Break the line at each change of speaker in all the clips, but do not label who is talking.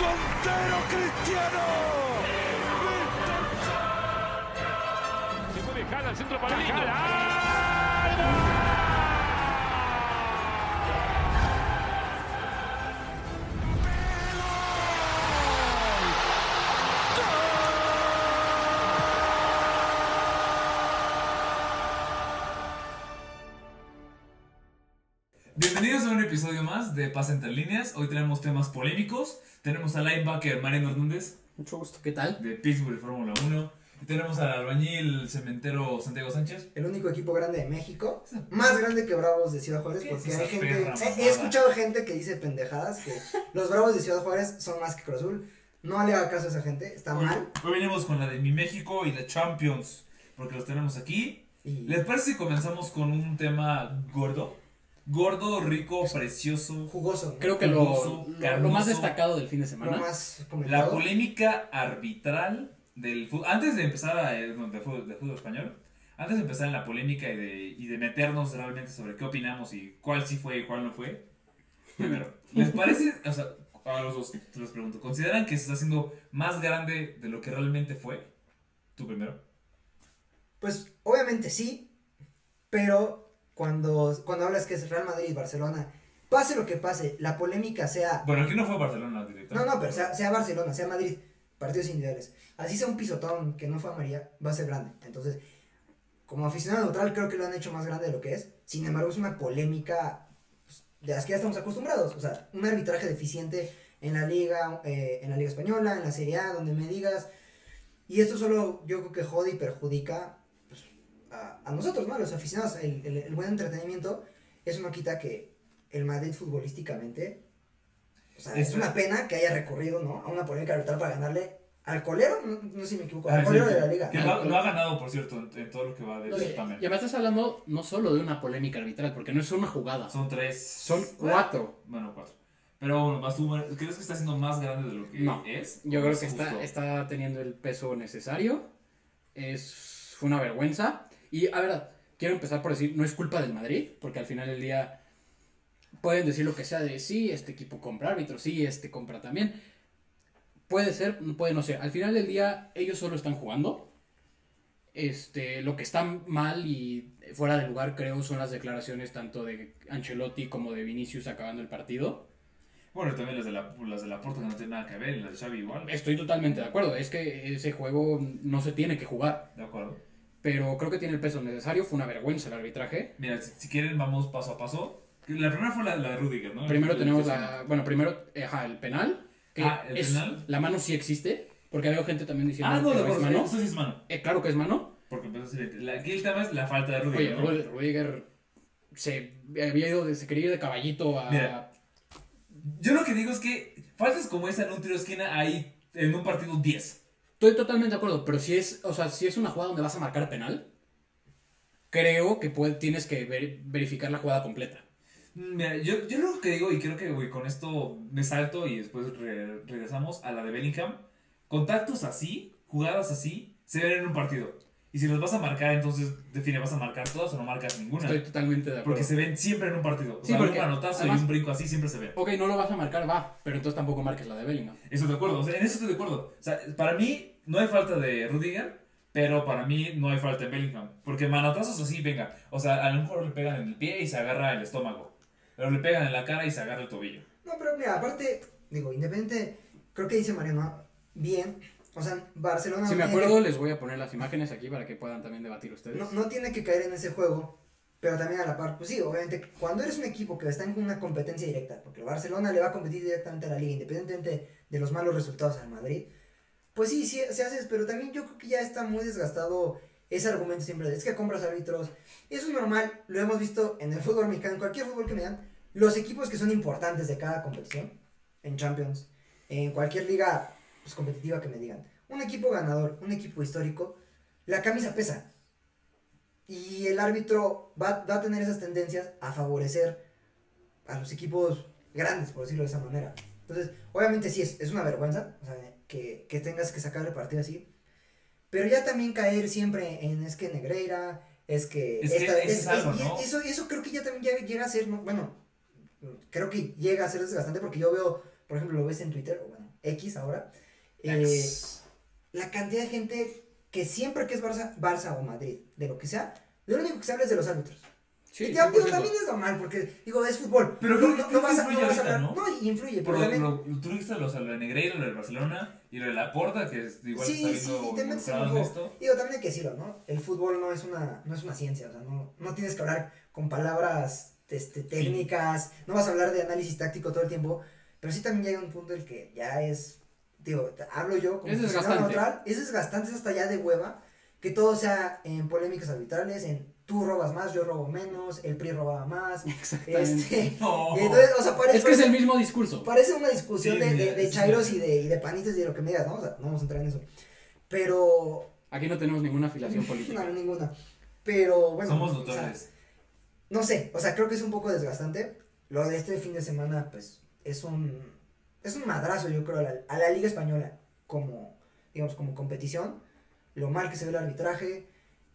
¡Pero Cristiano!
Se puede Jala, el centro para Lindo.
Bienvenidos a un episodio más de Paz Entre Líneas. Hoy tenemos temas polémicos. Tenemos al linebacker Mariano Hernández
Mucho gusto, ¿qué tal?
de Pittsburgh Fórmula 1. Y tenemos al albañil cementero Santiago Sánchez.
el único equipo grande de México, más grande que Bravos de Ciudad Juárez,
¿Qué
porque
es esa
hay gente,
perra
he- he,
mamada?
escuchado gente que dice pendejadas, que los Bravos de Ciudad Juárez son más que Cruz Azul, no le haga caso a esa gente, está
Hoy,
mal,
hoy venimos con la de Mi México y la Champions, porque los tenemos aquí.
y
¿Les parece si comenzamos con un tema gordo? Gordo, rico, precioso.
jugoso, ¿no?
Creo que
Hermoso,
lo, lo,
carnoso.
más destacado del fin de
lo
semana.
más
La
comentado,
polémica arbitral del fútbol. Antes de empezar a, eh, no, de, fútbol, de fútbol español, antes de empezar en la polémica y de, y de meternos realmente sobre qué opinamos y cuál sí fue y cuál no fue, primero, ¿les parece? O sea, a los dos te los pregunto, ¿consideran que se está haciendo más grande de lo que realmente fue? Tú primero.
pues obviamente sí, pero cuando, cuando hablas que es Real Madrid, Barcelona, pase lo que pase, la polémica sea
Bueno, aquí no fue Barcelona
No,
directamente.
no, pero sea, sea Barcelona, sea Madrid, partidos individuales. Así sea un pisotón que no fue amarilla, va a ser grande. Entonces, como aficionado neutral, creo que lo han hecho más grande de lo que es. Sin embargo, es una polémica pues, de las que ya estamos acostumbrados. O sea, un arbitraje deficiente en la liga, eh, en la liga española, en la Serie A, donde me digas. Y esto solo yo creo que jode y perjudica pues, a, a nosotros, ¿no? A los aficionados. El, el- el buen entretenimiento, eso no quita que el Madrid futbolísticamente o sea, es
Eso.
una pena que haya recurrido, ¿no? A una polémica arbitral para ganarle al colero, no, no sé si me equivoco,
Ah,
al
sí,
colero
que-
de la liga.
Que lo, ha- lo ha ganado, por cierto, en, en todo lo que va de
Oye,
certamen.
ya me estás hablando no solo de una polémica arbitral, porque no es una jugada,
Son tres. Ah,
son cuatro.
Bueno, cuatro. Pero bueno, más tú, ¿crees que está siendo más grande de lo que
No,
es?
Yo creo
Es
que
justo.
está, está teniendo el peso necesario. Es una vergüenza. Y a ver, quiero empezar por decir, no es culpa del Madrid, porque al final del día pueden decir lo que sea de sí, este equipo compra árbitros, sí, este compra también. Puede ser, puede no ser. Al final del día ellos solo están jugando. Este, lo que está mal y fuera de lugar creo son las declaraciones tanto de Ancelotti como de Vinicius acabando el partido.
Bueno, y también las de la, las de la Porta que no tienen nada que ver, y las de Xavi igual.
Estoy totalmente de acuerdo, es que ese juego no se tiene que jugar,
De acuerdo.
pero creo que tiene el peso necesario, fue una vergüenza el arbitraje.
Mira, si, si quieren, vamos paso a paso. La primera fue la, la de Rudiger, ¿no?
Primero
El-
tenemos
el-
la, bueno, primero, ajá, el penal, que
Ah, ¿el
es-
penal?
la mano sí existe, porque había gente también diciendo
Ah, no,
que
de
no es
acuerdo.
mano.
Eso sí es mano.
Eh, claro que es mano.
Porque pues, sí, la, aquí el tema es la falta de Rudiger.
Oye,
¿no?
Rud- Rudiger se había ido, de- se quería ir de caballito a...
Mira. Yo lo que digo es que faltas como esa en un tiro de esquina hay en un partido 10.
Estoy totalmente de acuerdo, pero si es, o sea, si es una jugada donde vas a marcar penal, creo que puede- tienes que ver- verificar la jugada completa.
Mira, yo, yo lo que digo, y creo que güey, con esto me salto y después re- regresamos a la de Bellingham. Contactos así, jugadas así, se ven en un partido. Y si los vas a marcar, entonces define, vas a marcar todas o no marcas ninguna.
Estoy totalmente de acuerdo.
Porque se ven siempre en un partido. O
Sí,
sea,
porque
un manotazo y
además-
un brinco así siempre se ve.
Ok, no lo vas a marcar, va, pero entonces tampoco marques la de Bellingham.
Eso de acuerdo. O sea, en eso estoy de acuerdo. O sea, para mí no hay falta de Rudiger, pero para mí no hay falta de Bellingham. Porque manotazos así, venga. O sea, a lo mejor le pegan en el pie y se agarra el estómago. Pero le pegan en la cara y se agarra el tobillo.
No, pero mira, aparte, digo, independiente, creo que dice Mariano, ah, bien, o sea, Barcelona
si
no
me
tiene que-
acuerdo, les voy a poner las imágenes aquí para que puedan también debatir ustedes.
este, no, no tiene que caer en ese juego, pero también a la par, pues sí, obviamente, cuando eres un equipo que está en una competencia directa, porque el Barcelona le va a competir directamente a la liga, independientemente de los malos resultados al Madrid, pues sí, sí, se hace, pero también yo creo que ya está muy desgastado ese argumento siempre de, es que compras árbitros, eso es normal, lo hemos visto en el fútbol mexicano, en cualquier fútbol que me dan, los equipos que son importantes de cada competición, en Champions, en cualquier liga pues, competitiva que me digan, un equipo ganador, un equipo histórico, la camisa pesa, y el árbitro va, va a tener esas tendencias a favorecer a los equipos grandes, por decirlo de esa manera. Entonces, obviamente sí, es, es una vergüenza o sea, que, que tengas que sacar el partido así. Pero ya también caer siempre en es que Negreira, es que...
Es que
esta-
ese es algo,
y-
¿no?
eso, eso creo que ya también ya llega a ser, ¿no? bueno, creo que llega a ser desgastante porque yo veo, por ejemplo, lo ves en Twitter, o bueno, X ahora. eh,
Ex.
la cantidad de gente que siempre que es Barça, Barça o Madrid, de lo que sea, lo único que se habla es de los árbitros.
Sí,
y ya, digo,
100%.
también es normal, porque digo, es fútbol.
Pero
no,
creo que-
no- no
creo que
vas a,
influye
no vas a
ahorita,
hablar.
¿no?
No, influye,
Por
pero
lo,
también.
lo, tú dijiste los de Negreira, lo del Barcelona y lo de la Porta, que es- igual
sí,
está
sí,
viendo
sí, te metes en un
involucrado en
juego.
esto.
Digo, también hay que decirlo, ¿no? El fútbol no es una, no es una ciencia, o sea, no, no tienes que hablar con palabras este, técnicas, no vas a hablar de análisis táctico todo el tiempo, pero sí también llega un punto en el que ya es, digo, te- hablo yo como
Es
aficionado
desgastante.
neutral, es desgastante, es hasta ya de hueva, que todo sea en polémicas arbitrales, en tú robas más, yo robo menos, el PRI robaba más,
Exactamente.
este...
No.
y entonces, o sea, parece,
Es que es el mismo discurso.
Parece una discusión
Sí,
de, de,
mira,
de
es-
chairos y de, y de panitas y de lo que me digas, ¿no? O sea, no vamos a entrar en eso. Pero.
Aquí no tenemos ninguna afiliación política.
No, ninguna. Pero bueno.
Somos
o sea,
notables.
no sé, o sea, creo que es un poco desgastante. Lo de este fin de semana, pues, es un. Es un madrazo, yo creo, a la, a la Liga Española como, digamos, como competición. Lo mal que se ve el arbitraje.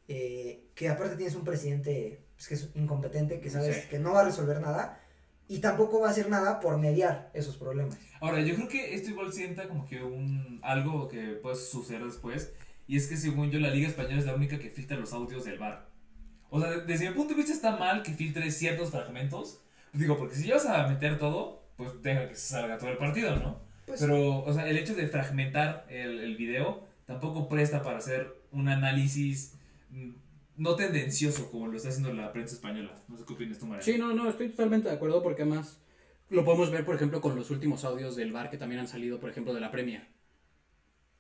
eh, que aparte tienes un presidente pues, que es incompetente, que sabes
Sí.
que no va a resolver nada. Y tampoco va a hacer nada por mediar esos problemas.
Ahora, yo creo que esto igual sienta como que un algo que puede suceder después. Y es que según yo, la Liga Española es la única que filtra los audios del bar. O sea, de- desde mi punto de vista está mal que filtre ciertos fragmentos. Digo, porque si ya vas a meter todo, pues deja que se salga todo el partido, ¿no?
Pues,
Pero, o sea, el hecho de fragmentar el, el video tampoco presta para hacer un análisis mm, no tendencioso como lo está haciendo la prensa española. No sé qué opinas tú, María.
Sí, no, no, estoy totalmente de acuerdo porque además lo podemos ver, por ejemplo, con los últimos audios del bar que también han salido, por ejemplo, de la Premier.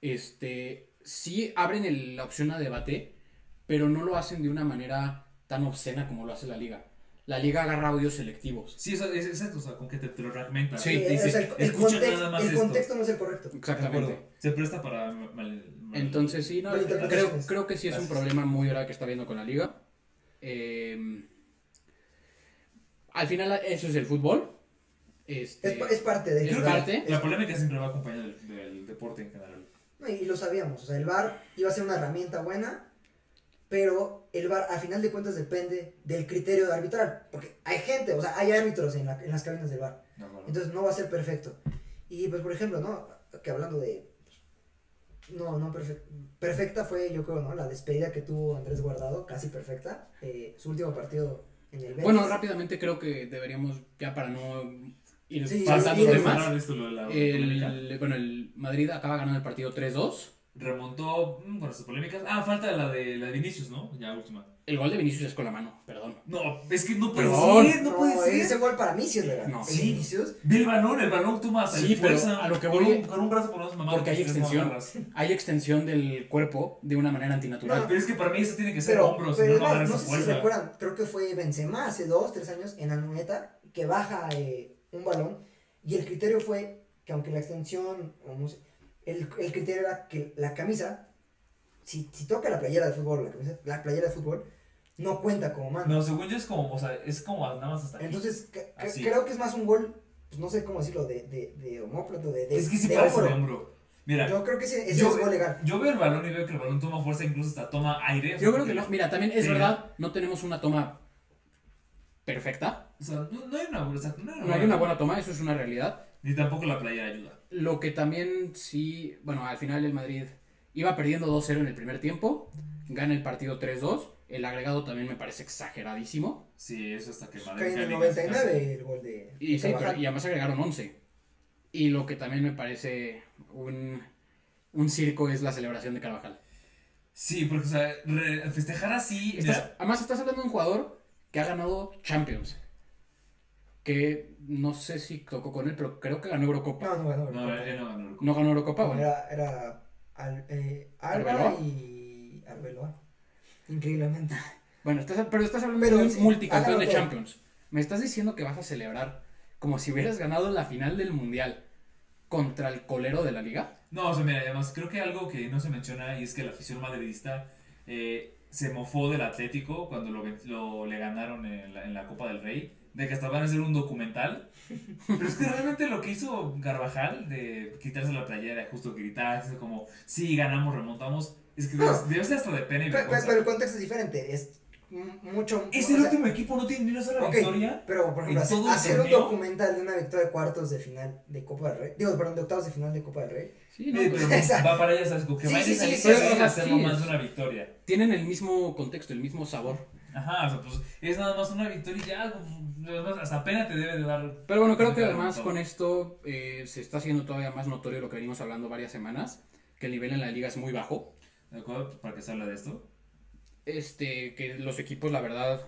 Este, sí abren el- la opción a debate, pero no lo hacen de una manera tan obscena como lo hace la liga. La liga agarra audios selectivos.
Sí, eso es exacto, o sea, con que te, te lo fragmentan.
Sí,
te
eh, o
dice,
sea, el, el
"Escucha
context-
nada más
el
esto".
contexto no es el correcto.
De acuerdo.
Exactamente.
Se presta para ma- mal- mal-
Entonces sí, no,
Bueno,
creo,
interpretaciones.
creo que sí es un
Gracias.
problema muy grave que está viendo con la liga. Eh, al final eso es el fútbol.
Es,
Este,
pa- es parte de
Es
la-
parte.
La polémica siempre va acompañada del, del deporte en general.
No, y lo sabíamos, o sea, el VAR iba a ser una herramienta buena, pero el VAR a final de cuentas depende del criterio de arbitral, porque hay gente, o sea, hay árbitros en, la- en las cabinas del VAR,
¿de acuerdo?
entonces no va a ser perfecto. Y pues, por ejemplo, ¿no? Que hablando de... No, no, perfec- perfecta fue, yo creo, ¿no? La despedida que tuvo Andrés Guardado, casi perfecta, eh, su último partido en el Betis.
Bueno, rápidamente creo que deberíamos, ya para no ir
Sí,
pasando
sí, sí.
temas,
Cerrar esto, lo de la polémica.
el, bueno, el Madrid acaba ganando el partido 3-2.
Remontó mm, con esas polémicas. Ah, falta la de, la de Vinicius, ¿no? Ya última.
El gol de Vinicius es con la mano, perdón.
No, es que no puede
Perdón.
ser, no, puede ser.
Ese gol para mí sí es legal.
No.
El
Sí.
Vinicius,
Ve el balón, el balón tú más.
Sí, pero a lo que voy-
Con un, con un brazo por dos mamá. pues,
Porque hay extensión. Hay extensión del cuerpo de una manera antinatural.
Pero es que para mí eso tiene que ser
Pero,
hombros,
pero
no
es más,
agarras
no
a
sé si
fuerza.
se recuerdan, creo que fue Benzema hace dos, tres años en Anoeta, que baja eh, un balón y el criterio fue que aunque la extensión, o no sé, el, el criterio era que la camisa, si, si toca la playera de fútbol, la, camisa- la playera de fútbol, no cuenta como mano.
No, según yo es como, o sea, es como nada más hasta aquí.
Entonces, cre- cre-
Así.
creo que es más un gol, pues no sé cómo decirlo, de, de, de homóplato, de, de,
es que sí
de
parece
hombro.
de hombro. Mira,
Yo creo que ese, ese
yo-
es gol legal.
yo veo el balón y veo que el balón toma fuerza, incluso hasta toma aire. o sea,
Yo creo
porque-
que no. Mira, también es
Sí.
verdad, no tenemos una toma perfecta.
O sea, no, no hay una, o sea, no hay una,
No hay una buena toma, eso es una realidad.
Ni tampoco la playera ayuda.
Lo que también sí, bueno, al final el Madrid iba perdiendo 2-0 en el primer tiempo, gana el partido 3-2, el agregado también me parece exageradísimo,
Sí, eso hasta que Madrid
Cae en el
califica.
99 el gol de.
y, sí,
de
pero-
Carvajal.
y además agregaron 11. Y lo que también me parece un, un circo es la celebración de Carvajal.
Sí, porque, o sea, re- festejar así.
Estás-
mira,
además estás hablando de un jugador que ha ganado Champions, que no sé si tocó con él, pero creo que ganó Eurocopa.
No, no, ganó.
no,
Copa.
él no ganó el
No ganó Eurocopa, bueno.
Era, era Al- eh, Alba
¿Arbeloa?
y Arbeloa. Increíblemente.
Bueno, estás, pero estás hablando
Pero
de un
sí,
multicampeón de
hágalo todo.
Champions. Me estás diciendo que vas a celebrar como si hubieras ganado la final del Mundial contra el colero de la liga.
No, o sea, mira, además creo que algo que no se menciona y es que la afición madridista eh, se mofó del Atlético cuando lo, ven- lo- le ganaron en la, en la Copa del Rey, de que hasta van a hacer un documental. Pero es que realmente lo que hizo Carvajal de quitarse la playera, justo gritar, es como, sí, ganamos, remontamos, es que
No.
debe- debe ser hasta de pena y
Pero,
vergüenza.
pero el contexto es diferente. Es m- mucho.
Es
o
el
sea,
último equipo, no tiene ni una sola
ok,
victoria.
Pero, por ejemplo,
en todo el
hacer, hacer un
torneo.
documental de una victoria de cuartos de final de Copa del Rey. Digo, perdón, de octavos de final de Copa del Rey.
Sí, no,
Eh,
pues,
pero
Exacto.
va para allá, ¿sabes? Como que
Sí,
vayan
sí, sí,
a
sí,
hacerlo
sí,
más
sí,
de hacerlo
sí,
más
es-
de una victoria.
tienen el mismo contexto, el mismo sabor.
Ajá, o sea, pues es nada más una victoria y ya, pues, además, hasta pena te debe de dar.
Pero bueno, creo que
Claro,
además
no.
con esto eh, se está haciendo todavía más notorio lo que venimos hablando varias semanas, que el nivel en la liga es muy bajo.
¿De acuerdo? ¿Para qué se habla de esto?
Este, que los equipos, la verdad,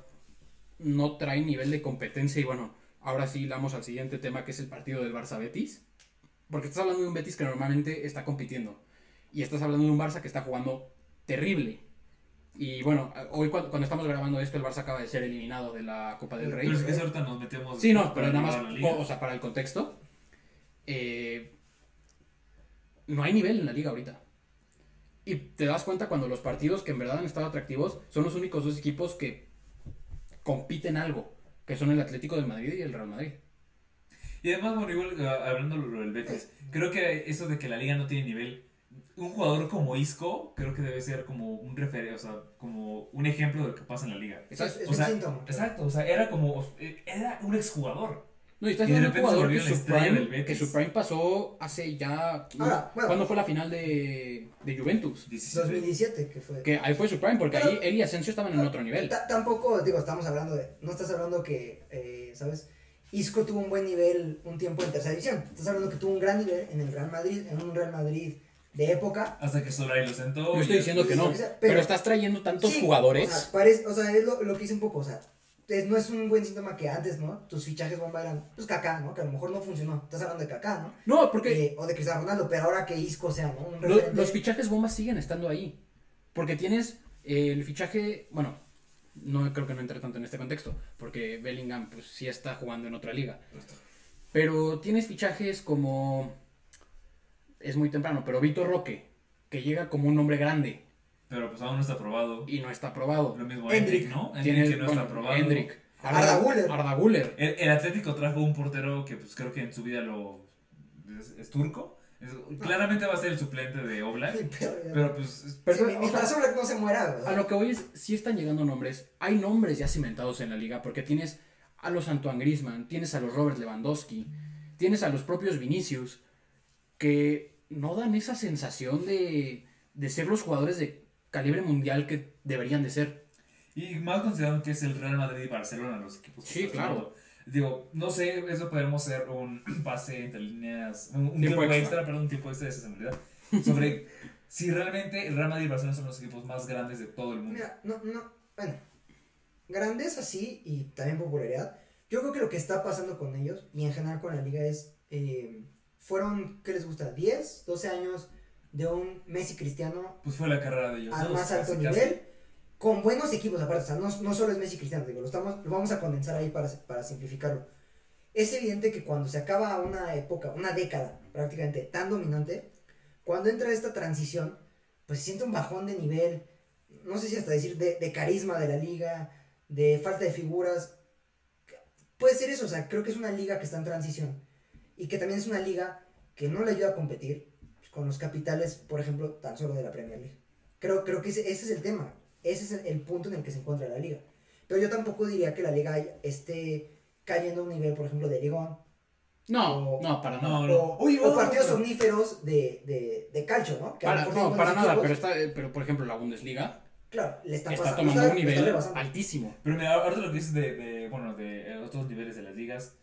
no traen nivel de competencia. Y bueno, ahora sí vamos al siguiente tema que es el partido del Barça Betis. Porque estás hablando de un Betis que normalmente está compitiendo. Y estás hablando de un Barça que está jugando terrible. Y bueno, hoy cuando, cuando estamos grabando esto, el Barça acaba de ser eliminado de la Copa del Rey.
Pero es que ahorita nos metemos.
¿eh? Sí, no,
para
pero nada más,
llevar la liga.
o sea, para el contexto, eh, no hay nivel en la liga ahorita. Y te das cuenta cuando los partidos que en verdad han estado atractivos son los únicos dos equipos que compiten algo, que son el Atlético de Madrid y el Real Madrid.
Y además, bueno, igual ah, hablando de lo del Betis, creo que eso de que la liga no tiene nivel, un jugador como Isco creo que debe ser como un referente, o sea, como un ejemplo de lo que pasa en la liga.
Es,
Estás-
es
o
un
sea,
síntoma.
Exacto, o sea, era como, eh, era un exjugador.
No, y estás
Y de
viendo un
repente se
jugador que
volvió la
su,
estrella del
prime,
Betis.
que su prime pasó hace ya... uh,
Ahora, bueno.
¿Cuándo fue la final de, de Juventus?
17.
2017, que fue.
Que ahí fue su prime, porque
Pero-
ahí él y Asensio estaban en otro nivel.
Ta- Tampoco, digo, estamos hablando de. No estás hablando que, eh, ¿sabes? Isco tuvo un buen nivel un tiempo en tercera división. Estás hablando que tuvo un gran nivel en el Real Madrid, en un Real Madrid de época.
Hasta que Solari lo sentó. y
Yo
pues,
estoy
ya.
diciendo que no,
Sí, sí, sí, pero-
pero estás trayendo tantos
Sí,
jugadores...
O sea, parece- o sea, es lo, lo que hice un poco, o sea. es- no es un buen síntoma que antes, ¿no? Tus fichajes bomba eran, pues Kaká, ¿no? Que a lo mejor no funcionó. Estás hablando de Kaká, ¿no?
No, porque
Eh, o de Cristiano Ronaldo, pero ahora que Isco sea, ¿no? Un
Lo-
referente.
los fichajes bombas siguen estando ahí. Porque tienes eh, el fichaje. Bueno, no creo que no entre tanto en este contexto. Porque Bellingham, pues sí está jugando en otra liga. Pero tienes fichajes como. Es muy temprano, pero Vitor Roque, que llega como un hombre grande
Pero pues aún no está aprobado.
y no está aprobado.
Lo mismo
Hendrick.
Hendrick, ¿no?
Tienes,
Hendrick que no
bueno,
está aprobado.
Hendrick.
Arda Güler.
Arda Güler.
El, el Atlético trajo un portero que pues creo que en su vida lo... Es, es turco. Es- claramente va a ser el suplente de Oblak.
Sí, pero-
Pero pues... es-
Pero,
Sí, mi- mi
o sea,
corazón no se muera, güey.
A lo que voy es, sí están llegando nombres. Hay nombres ya cimentados en la liga, porque tienes a los Antoine Grisman, tienes a los Robert Lewandowski, tienes a los propios Vinicius, que no dan esa sensación de, de ser los jugadores de calibre mundial que deberían de ser.
Y más considerando que es el Real Madrid y Barcelona los equipos. que
Sí,
están
claro.
jugando. Digo, no sé, eso podemos ser un pase entre líneas, un, un
Tiempo
tiempo,
extra.
extra. perdón, un tiempo extra de sensibilidad, sobre si realmente el Real Madrid y Barcelona son los equipos más grandes de todo el mundo.
Mira, no, no, bueno, grandeza sí y también popularidad. Yo creo que lo que está pasando con ellos y en general con la liga es, eh, fueron, ¿qué les gusta? 10, 12 años de un Messi cristiano
Pues fue la carrera de ellos.
al
dos,
más alto
casi, casi.
nivel, con buenos equipos aparte, o sea, no, no solo es Messi cristiano, digo, lo, estamos, lo vamos a condensar ahí para, para simplificarlo. Es evidente que cuando se acaba una época, una década prácticamente tan dominante, cuando entra esta transición, pues se siente un bajón de nivel, no sé si hasta decir de, de carisma de la liga, de falta de figuras. Puede ser eso, o sea, creo que es una liga que está en transición y que también es una liga que no le ayuda a competir con los capitales, por ejemplo, tan solo de la Premier League. Creo, creo que ese, ese es el tema, ese es el, el punto en el que se encuentra la liga. Pero yo tampoco diría que la liga haya- esté cayendo a un nivel, por ejemplo, de Ligón
No,
O-
no, para nada.
No, no.
o,
Oye,
o
oh,
partidos
pero-
omníferos de, de, de calcio, ¿no? Que a lo
Para,
mejor
no,
tienen
para
buenos
nada,
equipos,
pero, está, eh, pero por ejemplo la Bundesliga
Claro, le está,
está,
pasando,
tomando
está-
un
está
nivel
rebasando.
altísimo.
Pero mira, ahorita lo que dices de, de, bueno, de eh, otros niveles de las ligas.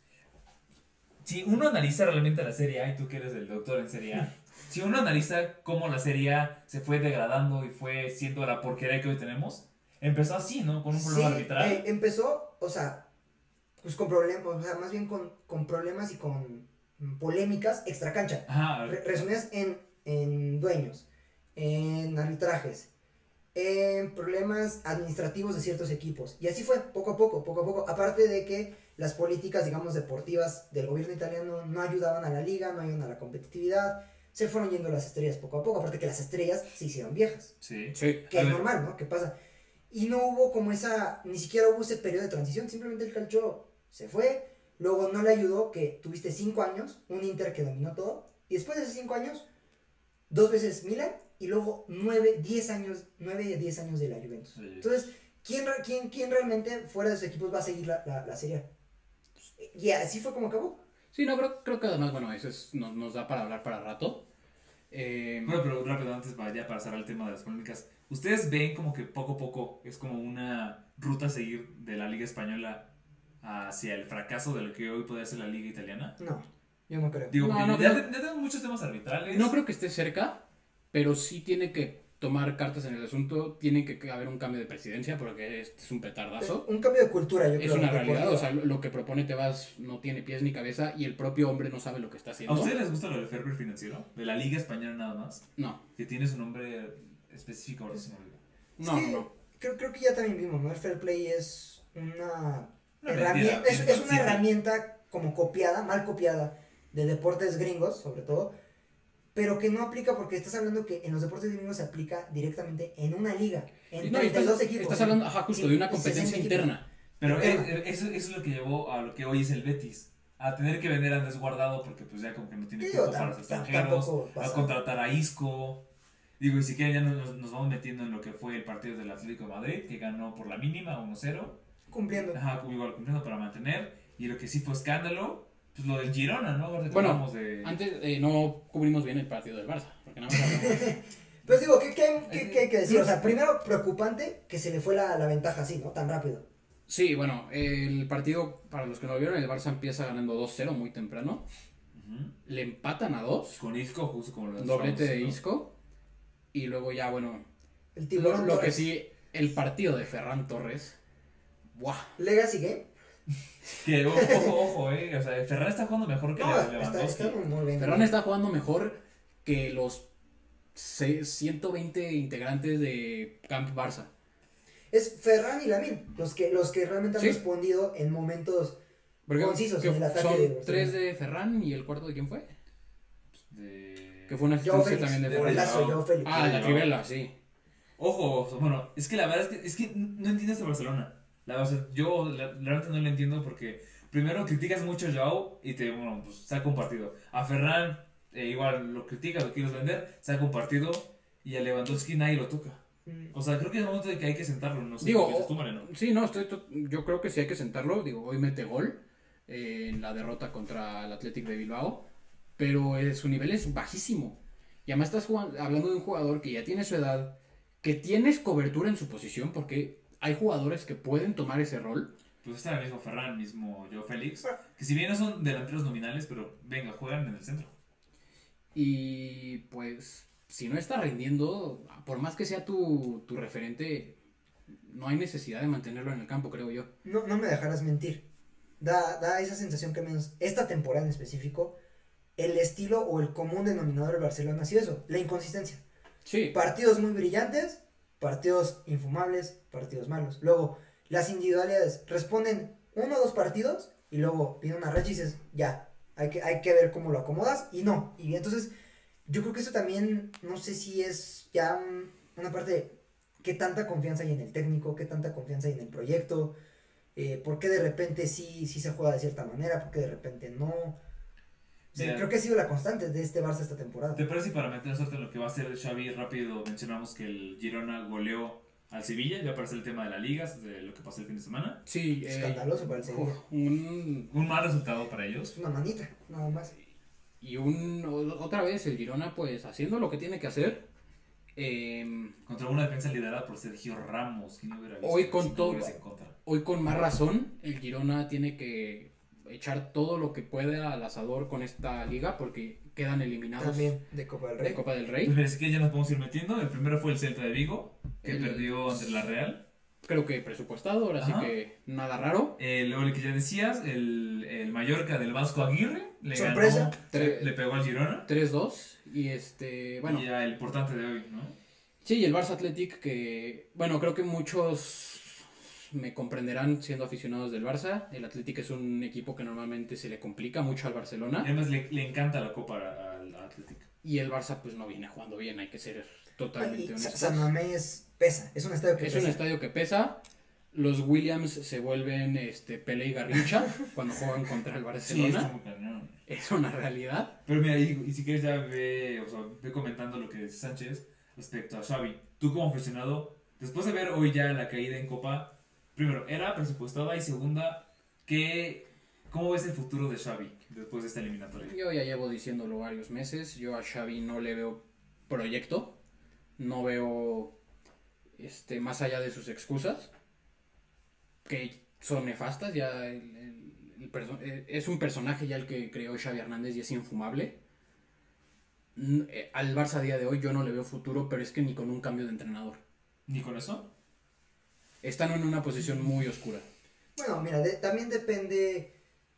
Si uno analiza realmente la Serie A, y tú que eres el doctor en Serie A, si uno analiza cómo la Serie A se fue degradando y fue siendo la porquería que hoy tenemos, empezó así, ¿no? Con un problema
Sí,
arbitral.
eh, empezó, o sea, pues con problemas, o sea, más bien con, con problemas y con mm, polémicas extracancha.
Ajá,
Re- resumidas en, en dueños, en arbitrajes, en problemas administrativos de ciertos equipos. Y así fue, poco a poco, poco a poco. Aparte de que las políticas, digamos, deportivas del gobierno italiano no ayudaban a la liga, no ayudaban a la competitividad. Se fueron yendo las estrellas poco a poco, aparte que las estrellas se hicieron viejas.
sí.
Sí.
Que
A
es
ver.
normal, ¿no? Que pasa. Y no hubo como esa, ni siquiera hubo ese periodo de transición, simplemente el calcio se fue, luego no le ayudó que tuviste cinco años, un Inter que dominó todo, y después de esos cinco años, dos veces Milan, y luego nueve, diez años, nueve a diez años de la Juventus.
Sí.
Entonces, ¿Quién, re- quién, quién realmente fuera de sus equipos va a seguir la, la, la Serie A? Y así fue como acabó.
Sí, no, creo, creo que además, bueno, eso es- nos, nos da para hablar para rato. Eh,
Bueno, pero rápido, antes para ya para cerrar el tema de las polémicas. ¿Ustedes ven como que poco a poco es como una ruta a seguir de la Liga Española hacia el fracaso de lo que hoy podría ser la Liga Italiana?
No, yo no creo.
Digo,
No,
porque
no
ya,
creo.
te- ya tenemos muchos temas arbitrales.
no creo que esté cerca, pero sí tiene que tomar cartas en el asunto. Tiene que haber un cambio de presidencia porque este es un petardazo.
Un cambio de cultura, yo
Es
creo.
una
deportiva.
realidad, o sea, lo lo que propone Tebas no tiene pies ni cabeza y el propio hombre no sabe lo que está
¿A
haciendo.
ustedes les gusta lo del Ferber financiero? De la Liga Española nada más.
No,
Que tiene su nombre específico, ahora sí se me olvidó.
no,
Sí,
no.
Creo, creo que ya también vimos, ¿no? El fair play es una
Una
herramienta,
mentira,
es, es una
sí.
herramienta como copiada, mal copiada, de deportes gringos, sobre todo, pero que no aplica porque estás hablando que en los deportes gringos se aplica directamente en una liga, en
No, y
32
estás,
equipos.
estás hablando, ajá, justo, de una
Sí,
competencia
60 equipos.
interna.
Pero
Pero-
es- es- eso, eso es lo que llevó a lo que hoy es el Betis. A tener que vender a Andrés Guardado porque pues ya como que no tiene
Digo,
tiempo
tam-
para los
tam-
extranjeros.
tampoco
A
pasa.
contratar a Isco. Digo, y si quieren ya nos, nos vamos metiendo en lo que fue el partido del Atlético de Madrid, que ganó por la mínima 1-0.
Cumpliendo.
Ajá, como igual cumpliendo para mantener. Y lo que sí fue escándalo, pues lo del Girona, ¿no? Ahora que
Bueno,
hablamos de...
Antes eh, no cubrimos bien el partido del Barça. Porque nada más hablamos-
Pues digo, ¿qué, qué, hay- qué- qué hay que decir?
Eh,
O sea, primero, preocupante que se le fue la, la ventaja así, ¿no? Tan rápido.
sí, bueno, el partido, para los que no lo vieron, el Barça empieza ganando 2-0 muy temprano.
Ujú.
Le empatan a 2,
Con Isco, justo como lo
doblete de
¿no?
Isco. Y luego ya, bueno,
El tiburón.
lo, lo que
Torres.
sí, el partido de Ferran Torres. ¡Buah!
Legacy Game.
Que o- ojo, ojo, eh. O sea, Ferran está jugando mejor que
No, está,
Lewandowski.
está muy bien.
Ferran está jugando mejor que los se- 120 integrantes de Camp Barça.
Es Ferran y Lamin, los que, los que realmente han
Sí.
respondido en momentos.
Porque
Concisos
que
en el ataque
son
de-
tres de Ferran y el cuarto de quién fue?
De-
Que fue una
Joao
asistencia
Félix.
también de
de
Ferran.
Golazo, Joao Félix.
Ah, la
Joao.
Trivela, sí.
Ojo, o sea, bueno, es que la verdad es que, es que no entiendes a Barcelona. La, o sea, yo la, la verdad no lo entiendo porque primero criticas mucho a Joao y te, bueno, pues saca un partido. A Ferran, eh, igual lo criticas, lo quieres vender, saca un partido y a Lewandowski nadie lo toca.
Mm,
O sea, creo que es el momento de que hay que sentarlo, no sé.
Digo,
¿qué piensas tú, Mariano?
Sí, no, estoy, to- yo creo que sí hay que sentarlo. Digo, hoy mete gol eh, en la derrota contra el Athletic de Bilbao, pero eh, su nivel es bajísimo. Y además estás jugan- hablando de un jugador que ya tiene su edad, que tienes cobertura en su posición, porque hay jugadores que pueden tomar ese rol.
Pues está el mismo Ferran, mismo Joao Félix, que si bien no son delanteros nominales, pero venga, juegan en el centro.
Y pues, si no está rindiendo, por más que sea tu, tu referente, no hay necesidad de mantenerlo en el campo, creo yo.
No, no me dejarás mentir. Da, da esa sensación que al menos esta temporada en específico, el estilo o el común denominador del Barcelona ha sido eso, la inconsistencia.
Sí,
Partidos muy brillantes, partidos infumables, partidos malos. Luego, las individualidades responden uno o dos partidos y luego viene una racha y dices, ya, hay que, hay que ver cómo lo acomodas y no. Y entonces, yo creo que eso también, no sé si es ya un- una parte de qué tanta confianza hay en el técnico, qué tanta confianza hay en el proyecto, eh, por qué de repente sí, sí se juega de cierta manera, por qué de repente no. O sea,
Mira.
creo que ha sido la constante de este Barça esta temporada.
¿Te parece si para meter suerte en lo que va a ser Xavi rápido? Mencionamos que el Girona goleó al Sevilla, ya parece el tema de la liga, de lo que pasó el fin de semana.
sí. eh,
Escandaloso para el Sevilla.
un-
Un mal resultado para
Es
ellos.
Pues, una manita, nada más.
Y un, o- otra vez el Girona, pues haciendo lo que tiene que hacer. Eh,
Contra una defensa liderada por Sergio Ramos, que no hubiera visto
Hoy con
cinco
todo.
goles en contra.
hoy con más razón, el Girona tiene que echar todo lo que pueda al asador con esta liga porque quedan eliminados
También de Copa del
de
Rey.
Copa del
Pues
Rey.
mira, así que ya nos podemos ir metiendo. El primero fue el Celta de Vigo, que
El-
perdió ante la Real.
Creo que presupuestado, ahora sí
Ajá.
que nada raro.
Eh, luego el que ya decías, el, el Mallorca del Vasco Aguirre. Le
Sorpresa.
ganó, le, le pegó al Girona.
3-2 y este, bueno,
Y ya el importante de hoy, ¿no?
Sí, y el Barça Athletic, que bueno, creo que muchos me comprenderán siendo aficionados del Barça. El Athletic es un equipo que normalmente se le complica mucho al
Y
Barcelona.
además le, le encanta la copa al Atlético.
Y el Barça pues no viene jugando bien, hay que ser
Y
totalmente
Sa-
honestos.
San Mamés pesa, es un estadio que
Es un
pesa.
estadio que pesa. Los Williams se vuelven este, Pele y Garrincha cuando juegan contra el
está
Barcelona.
muy cañón.
Es una realidad.
Pero mira, y, y si quieres ya ve, o sea, ve comentando lo que dice Sánchez respecto a Xavi. Tú como aficionado, Después de ver hoy ya la caída en Copa, primero, ¿era presupuestada? Y segunda, ¿qué, ¿cómo ves el futuro de Xavi después de esta eliminatoria?
Yo ya llevo diciéndolo varios meses. Yo a Xavi no le veo proyecto. No veo este más allá de sus excusas. Que son nefastas. Ya el- el- el perso- eh, es un personaje ya el que creó Xavi Hernández y es infumable. N- eh, Al Barça a día de hoy yo no le veo futuro, pero es que ni con un cambio de entrenador.
¿Ni con eso?
Están en una posición muy oscura.
Bueno, mira, de- también depende.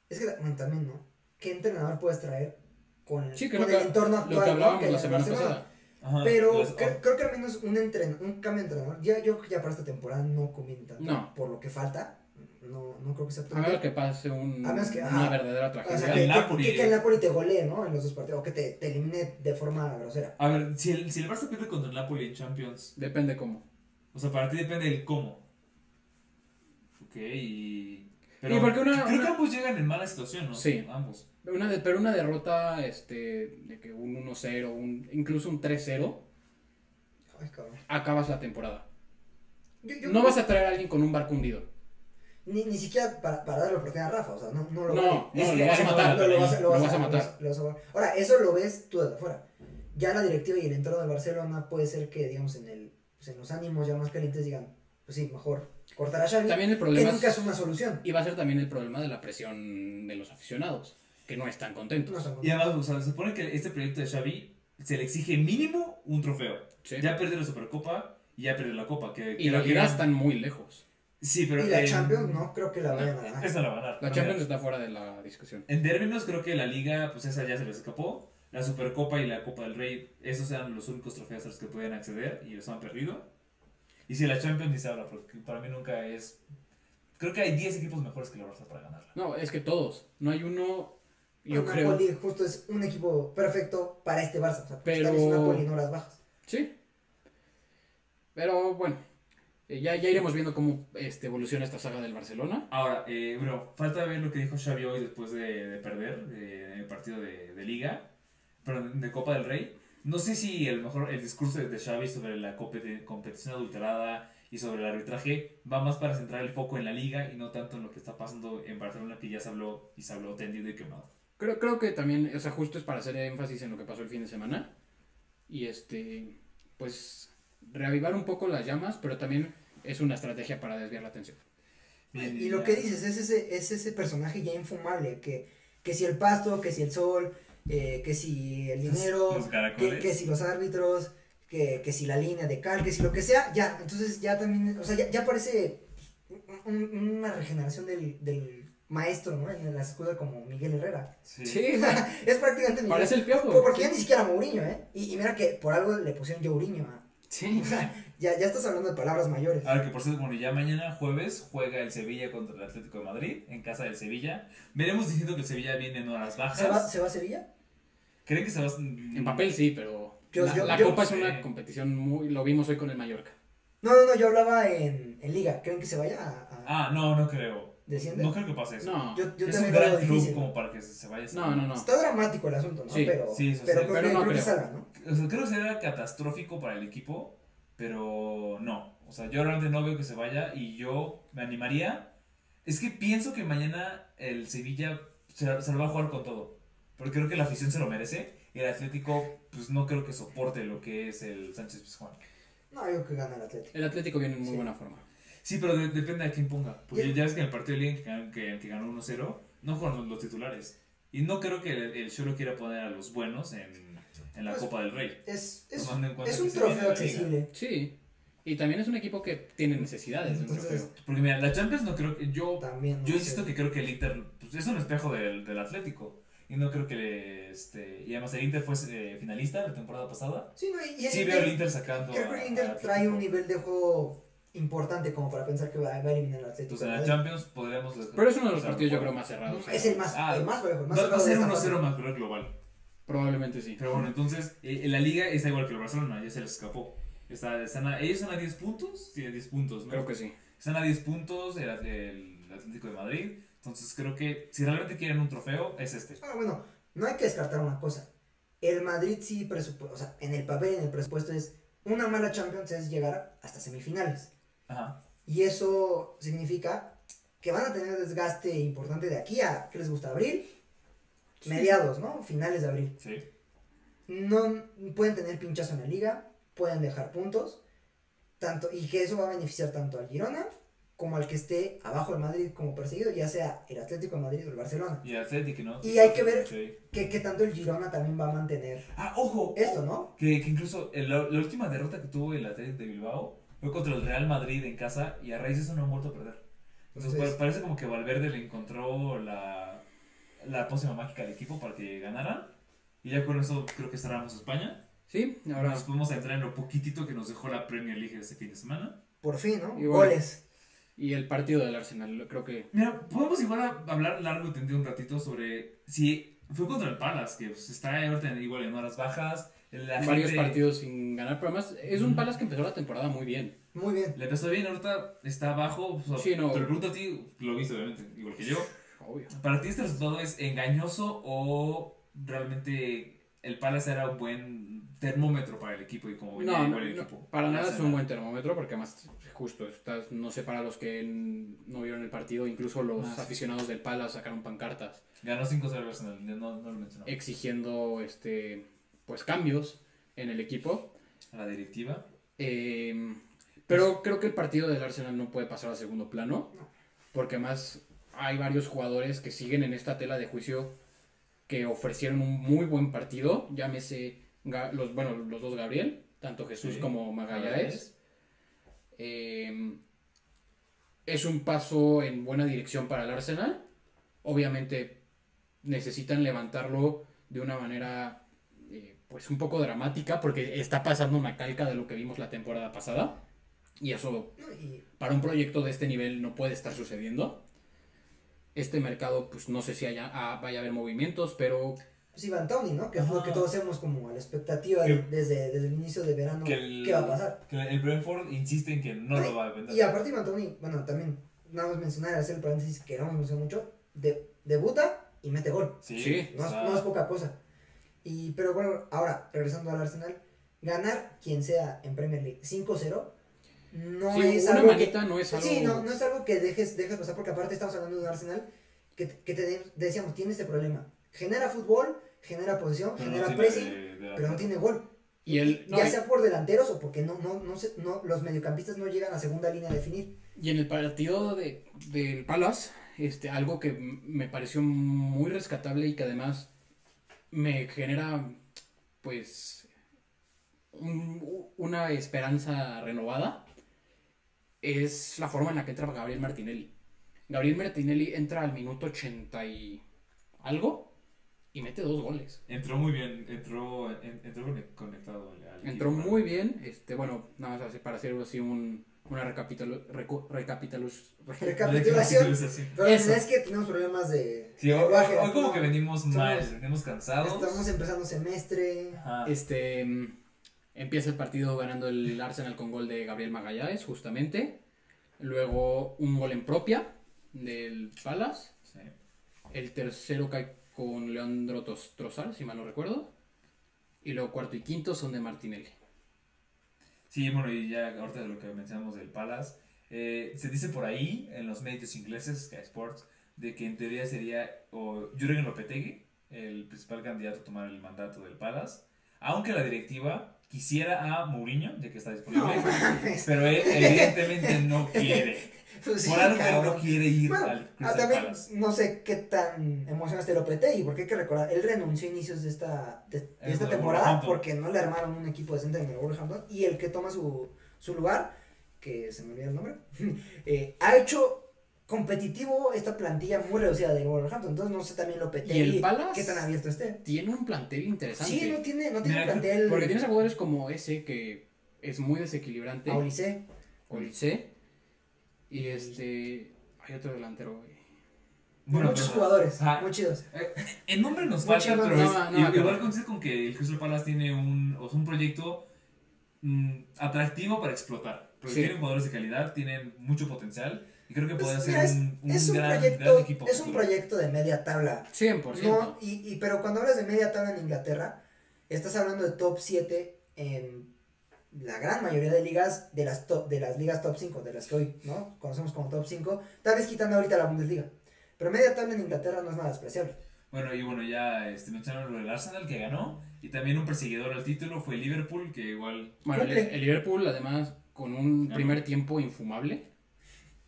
Es que bueno, también, ¿no? ¿Qué entrenador puedes traer con el,
Sí, creo
con
que
el entorno
lo
actual?
que
¿no?
hablábamos
hay
la
en
semana
Barcelona?
pasada.
Ajá,
Pero
las-
cre- creo que al menos un, entren un cambio de entrenador. Ya, yo ya para esta temporada no conviene tanto.
No.
Por lo que falta, no, no creo que sea
A menos que pase un-
A menos que-
una
ajá.
verdadera
O sea,
tragedia.
que,
el
que-
Napoli,
que- que
eh.
el Napoli te golee, ¿no? En los dos partidos. O que te, te elimine de forma grosera.
A ver, si el, si el Barça pierde contra el Napoli en Champions,
Depende cómo.
o sea, para ti depende del cómo. Ok, y...
Y porque una-
creo
una-
que ambos llegan en mala situación, ¿no?
Sí.
Ambos.
Una de- pero una derrota este, de que un 1-0, un, incluso un 3-0,
Ay, cabrón.
acabas la temporada.
Yo- yo-
No vas a traer a alguien con un barco hundido.
ni, ni siquiera para, para darle oportunidad a Rafa. O sea, no, no lo
No,
vale.
no, lo vas a
no,
matar.
no, lo vas a-
Lo vas a
lo
matar.
lo vas a- Ahora, eso lo ves tú desde afuera. Ya la directiva y el entorno de Barcelona puede ser que, digamos, en, el, pues, en los ánimos ya más calientes digan, pues sí, mejor cortar a Xavi.
También el
que
problema
nunca es
es,
una solución.
y va a ser también el problema de la presión de los aficionados, que no están
No
contentos.
son-
Y además, o sea, se supone que este proyecto de Xavi se le exige mínimo un trofeo.
¿sí?
Ya perdió la Supercopa y ya perdió la Copa. Que, que
y la
lo
liga
quieran-
están muy lejos.
Sí, pero.
y la
en-
Champions no creo que la
No,
vayan a ganar.
Esa la van a dar.
La Champions está fuera de la discusión.
En términos, creo que la Liga, pues esa ya se les escapó. La Supercopa y la Copa del Rey, esos eran los únicos trofeos a los que podían acceder y los han perdido. Y si la Champions ni se habla, porque para mí nunca es. Creo que hay 10 equipos mejores que la Barça para ganarla.
No, es que todos. No hay uno, yo
Con
creo.
Napoli justo es un equipo perfecto para este Barça. O sea,
Pero-
Pero... es Napoli, no las bajas.
Sí. Pero bueno, eh, ya, ya iremos viendo cómo este, evoluciona esta saga del Barcelona.
Ahora, eh, bueno, falta ver lo que dijo Xavi hoy después de, de perder eh, en el partido de, de Liga, perdón, de Copa del Rey. No sé si el mejor el discurso de Xavi sobre la competi- competición adulterada y sobre el arbitraje va más para centrar el foco en la Liga y no tanto en lo que está pasando en Barcelona, que ya se habló y se habló tendido y quemado.
Creo, creo que también, o sea, justo es para hacer énfasis en lo que pasó el fin de semana. Y este, pues, reavivar un poco las llamas, pero también es una estrategia para desviar la atención.
Bien,
Pues, Y lo
ya.
que dices es ese, es ese personaje ya infumable, que, que si el pasto, que si el sol, eh, que si el dinero,
Los caracoles.
que, que si los árbitros, que, que si la línea de cal, que si lo que sea, ya, entonces ya también, o sea, ya, ya parece un- un- una regeneración del, del maestro, ¿no? En la escuela como Miguel Herrera.
Sí.
es prácticamente Miguel
parece el
Por-
piojo.
Porque ya ni siquiera Mourinho, ¿eh? Y, y mira que por algo le pusieron Yourinho, ¿ah?
Sí.
O sea, ya, ya estás hablando de palabras mayores.
Ahora que por cierto, bueno, ya mañana jueves juega el Sevilla contra el Atlético de Madrid en casa del Sevilla. Veremos diciendo que el Sevilla viene en horas bajas.
¿Se va, ¿Se va a Sevilla?
¿Creen que se va
En papel sí, pero
Yo-
la,
yo-
la
yo-
Copa es
sí.
una competición muy, lo vimos hoy con el Mallorca.
No, no, no, yo hablaba en, en Liga. ¿Creen que se vaya a, a-
Ah, no, no creo.
desciende?
No creo que pase eso.
No,
yo yo
es un
también lo
gran
veo
club
difícil.
como para que se, se vaya.
no, no, no.
Está dramático el asunto, ¿no?
Sí,
pero
sí, eso
pero
sí.
creo,
Pero
que,
no
creo que
creo.
salga, ¿no?
O sea, creo que será catastrófico para el equipo, pero no. O sea, yo realmente no veo que se vaya y yo me animaría. Es que pienso que mañana el Sevilla se, se lo va a jugar con todo. Porque creo que la afición se lo merece. Y el Atlético, pues no creo que soporte lo que es el Sánchez Pizjuán.
No, yo creo que gana el Atlético.
El Atlético viene en muy
Sí.
buena forma.
Sí, pero de- depende de quién ponga. Porque
Y-
ya ves que en el partido de Liga que ganó, que, que ganó 1-0, no jugaron los titulares. Y no creo que el, el Cholo quiera poner a los buenos en, en la
Pues-
Copa del Rey.
Es, es,
Tomando en cuenta
es
que
un
se viene
trofeo
la Liga.
accesible.
Sí. Y también es un equipo que tiene necesidades de un
Entonces,
trofeo.
Porque mira, la Champions no creo que. Yo,
También. ¿no?
yo insisto que creo que el Inter pues, es un espejo del, del Atlético. Y no creo que. le- Este, y además el Inter fue eh, finalista la temporada pasada.
Sí, no, y, y el
Sí veo
Inter-
al Inter sacando.
Creo
a-
que el
al
Inter trae un
Atlético.
nivel de juego importante como para pensar que va va a eliminar al Atlético.
Entonces en la
¿no?
Champions podríamos.
Pero es uno de los
pues,
o sea,
partidos yo
jugar.
creo más cerrados.
Es el más,
Ah,
el más parejo, el más
Va, va a
cerrado
ser
de esta fase.
1-0 más pero global.
Probablemente sí.
Pero bueno, entonces, eh, la liga está igual que el Barcelona, ya se les escapó. Está- están a- ellos están a 10 puntos, sí, a 10 puntos, ¿no?
Creo que sí.
Están a 10 puntos el, At- el Atlético de Madrid. Entonces creo que si realmente quieren un trofeo, es este.
Ah, bueno, no hay que descartar una cosa. El Madrid sí presupuesto, o sea, en el papel, en el presupuesto es una mala Champions es llegar hasta semifinales.
Ajá.
Y eso significa que van a tener desgaste importante de aquí a, ¿qué les gusta? Abril, mediados, ¿no? Finales de abril.
Sí.
No pueden tener pinchazo en la liga, pueden dejar puntos, tanto, y que eso va a beneficiar tanto al Girona como al que esté abajo del Madrid como perseguido, ya sea el Atlético de Madrid o el Barcelona.
Y Atlético, ¿no?
Y hay que ver-
Sí.
Que, que tanto el Girona también va a mantener
Ah, ojo.
esto, ¿no?
Que, que incluso el- la, la última derrota que tuvo el Atlético de Bilbao fue contra el Real Madrid en casa y a raíz de eso no han vuelto a perder. Entonces,
Entonces-
pa- parece como que Valverde le encontró la, la pócima mágica al equipo para que ganaran. Y ya con eso creo que cerramos España.
Sí, ahora.
Nos podemos entrar en lo poquitito que nos dejó la Premier League este fin de semana.
Por fin, ¿no?
Y bueno.
Goles.
Y el partido del Arsenal, lo- creo que.
Mira, podemos igual a- hablar largo y tendido un ratito sobre si fue contra el Palace, que pues, está ahorita igual en horas bajas. La
varios
gente-
partidos sin ganar, pero además es un Palace que empezó la temporada muy bien.
Muy bien.
Le empezó bien, ahorita está abajo. o sea,
Sí, no.
Te lo pregunto a ti, lo viste obviamente, igual que yo.
Obvio.
¿Para ti este resultado es engañoso o realmente el Palace era un buen termómetro para el equipo y como venía
No, no,
igual el
no,
equipo?
para nada es
Arsenal.
un buen termómetro porque además justo estás, no sé para los que n- no vieron el partido, incluso los
Ah, sí.
aficionados del Palace sacaron pancartas
Ganó 5-0 el Arsenal, no, no lo mencionó.
exigiendo este pues cambios en el equipo.
A la directiva.
Eh, pero creo que el partido del Arsenal no puede pasar a segundo plano. Porque más hay varios jugadores que siguen en esta tela de juicio que ofrecieron un muy buen partido. Llámese Ga- los, bueno, los dos Gabriel, tanto Jesús
Sí.
como Magallanes. Eh, es un paso en buena dirección para el Arsenal. Obviamente necesitan levantarlo de una manera eh, pues un poco dramática porque está pasando una calca de lo que vimos la temporada pasada y eso
No, y
para un proyecto de este nivel no puede estar sucediendo. Este mercado pues no sé si haya, ah, vaya a haber movimientos, pero
pues Iván Tony, ¿no? Que es lo
Ajá.
que todos hemos como a la expectativa de- desde, desde el inicio de verano.
Que el,
¿Qué va a pasar?
que el Brentford insiste en que no lo va a vender.
Y aparte Iván Tony, bueno, también, nada más mencionar, hacer el paréntesis que no me mencionó mucho, de, debuta y mete gol.
Sí,
Sí,
No
o
es,
sea,
no es poca cosa. Y, pero bueno, ahora, regresando al Arsenal, ganar quien sea en Premier League 5-0 no
sí,
es
una
algo que-
manita no es algo...
Sí, no, no es algo que dejes, dejes pasar, porque aparte estamos hablando de un Arsenal que, que te- decíamos, tiene este problema. Genera fútbol, genera posición,
pero no
genera
tiene
pressing,
de- de-
pero no tiene gol.
Y el, no,
ya
y-
sea por delanteros o porque no, no, no, se- no- los mediocampistas no llegan a segunda línea a definir.
Y en el partido de, del Palace, este, algo que m- me pareció muy rescatable y que además me genera, pues, un- una esperanza renovada, es la forma en la que entra Gabriel Martinelli. Gabriel Martinelli entra al minuto 80 y algo y mete dos goles.
Entró muy bien, entró, en- entró conect- conectado al- al
Entró
equipo.
muy bien, este, bueno, nada más así para hacer así un, una recapitulación.
Recapitulación. Pero la
Eso.
verdad es que tenemos problemas de
Sí, hoy,
lenguaje,
hoy- hoy como
¿no?
que venimos mal,
Estamos-
venimos cansados.
Estamos empezando semestre.
Ajá.
Este mm, empieza el partido ganando el Arsenal con gol de Gabriel Magallanes, justamente. Luego un gol en propia del Palace.
Sí.
El tercero cae con Leandro Tos- Trossard, si mal no recuerdo. Y luego cuarto y quinto son de Martinelli.
Sí, bueno, y ya ahorita de lo que mencionamos del Palace, eh, se dice por ahí en los medios ingleses, Sky Sports, de que en teoría sería o Jürgen Lopetegui el principal candidato a tomar el mandato del Palace, aunque la directiva quisiera a Mourinho, ya que está disponible,
mames.
pero él evidentemente no quiere.
Pues sí,
por algo él
cabrón.
no quiere ir
Bueno,
al
Ah,
Crystal
también
Palace.
no sé qué tan emocionante lo apreté y porque hay que recordar, él renunció a inicios de esta, de, de
Es
esta
del
temporada
Wolverhampton.
porque no le armaron un equipo decente en el Wolverhampton y el que toma su, su lugar, que se me olvida el nombre, eh, ha hecho competitivo esta plantilla muy reducida del Wolverhampton, entonces no sé también lo apreté
¿Y el Palace?
qué tan abierto esté.
Tiene un plantel interesante.
Sí, no tiene, no tiene
Mira,
plantel
Porque tienes a jugadores como ese que es muy desequilibrante.
a Olise,
Olise. Y este. Hay otro delantero, güey.
Bueno,
muchos
pero-
jugadores,
Ajá.
muy chidos.
El nombre nos
Muy
falta,
chingón,
pero
no,
es-
no,
i-
no,
igual
pero-
coincide con que el Crystal Palace tiene un, o sea, un proyecto mm, atractivo para explotar. Porque
Sí.
tienen jugadores de calidad, tienen mucho potencial y creo que
Pues,
puede
mira,
ser un, un
es un
gran, gran
proyecto,
equipo.
es un
futuro.
proyecto de media tabla
100%.
No, y, y- pero cuando hablas de media tabla en Inglaterra, estás hablando de top 7 en la gran mayoría de ligas, de las, top, de las ligas top 5, de las que hoy ¿no? conocemos como top 5, tal vez quitando ahorita la Bundesliga. Pero media tabla en Inglaterra no es nada despreciable.
Bueno, y bueno, ya este, mencionaron lo del Arsenal que ganó. Y también un perseguidor al título fue Liverpool, que igual.
Bueno, el,
Cumple.
el Liverpool además con un
Ganó.
primer tiempo infumable,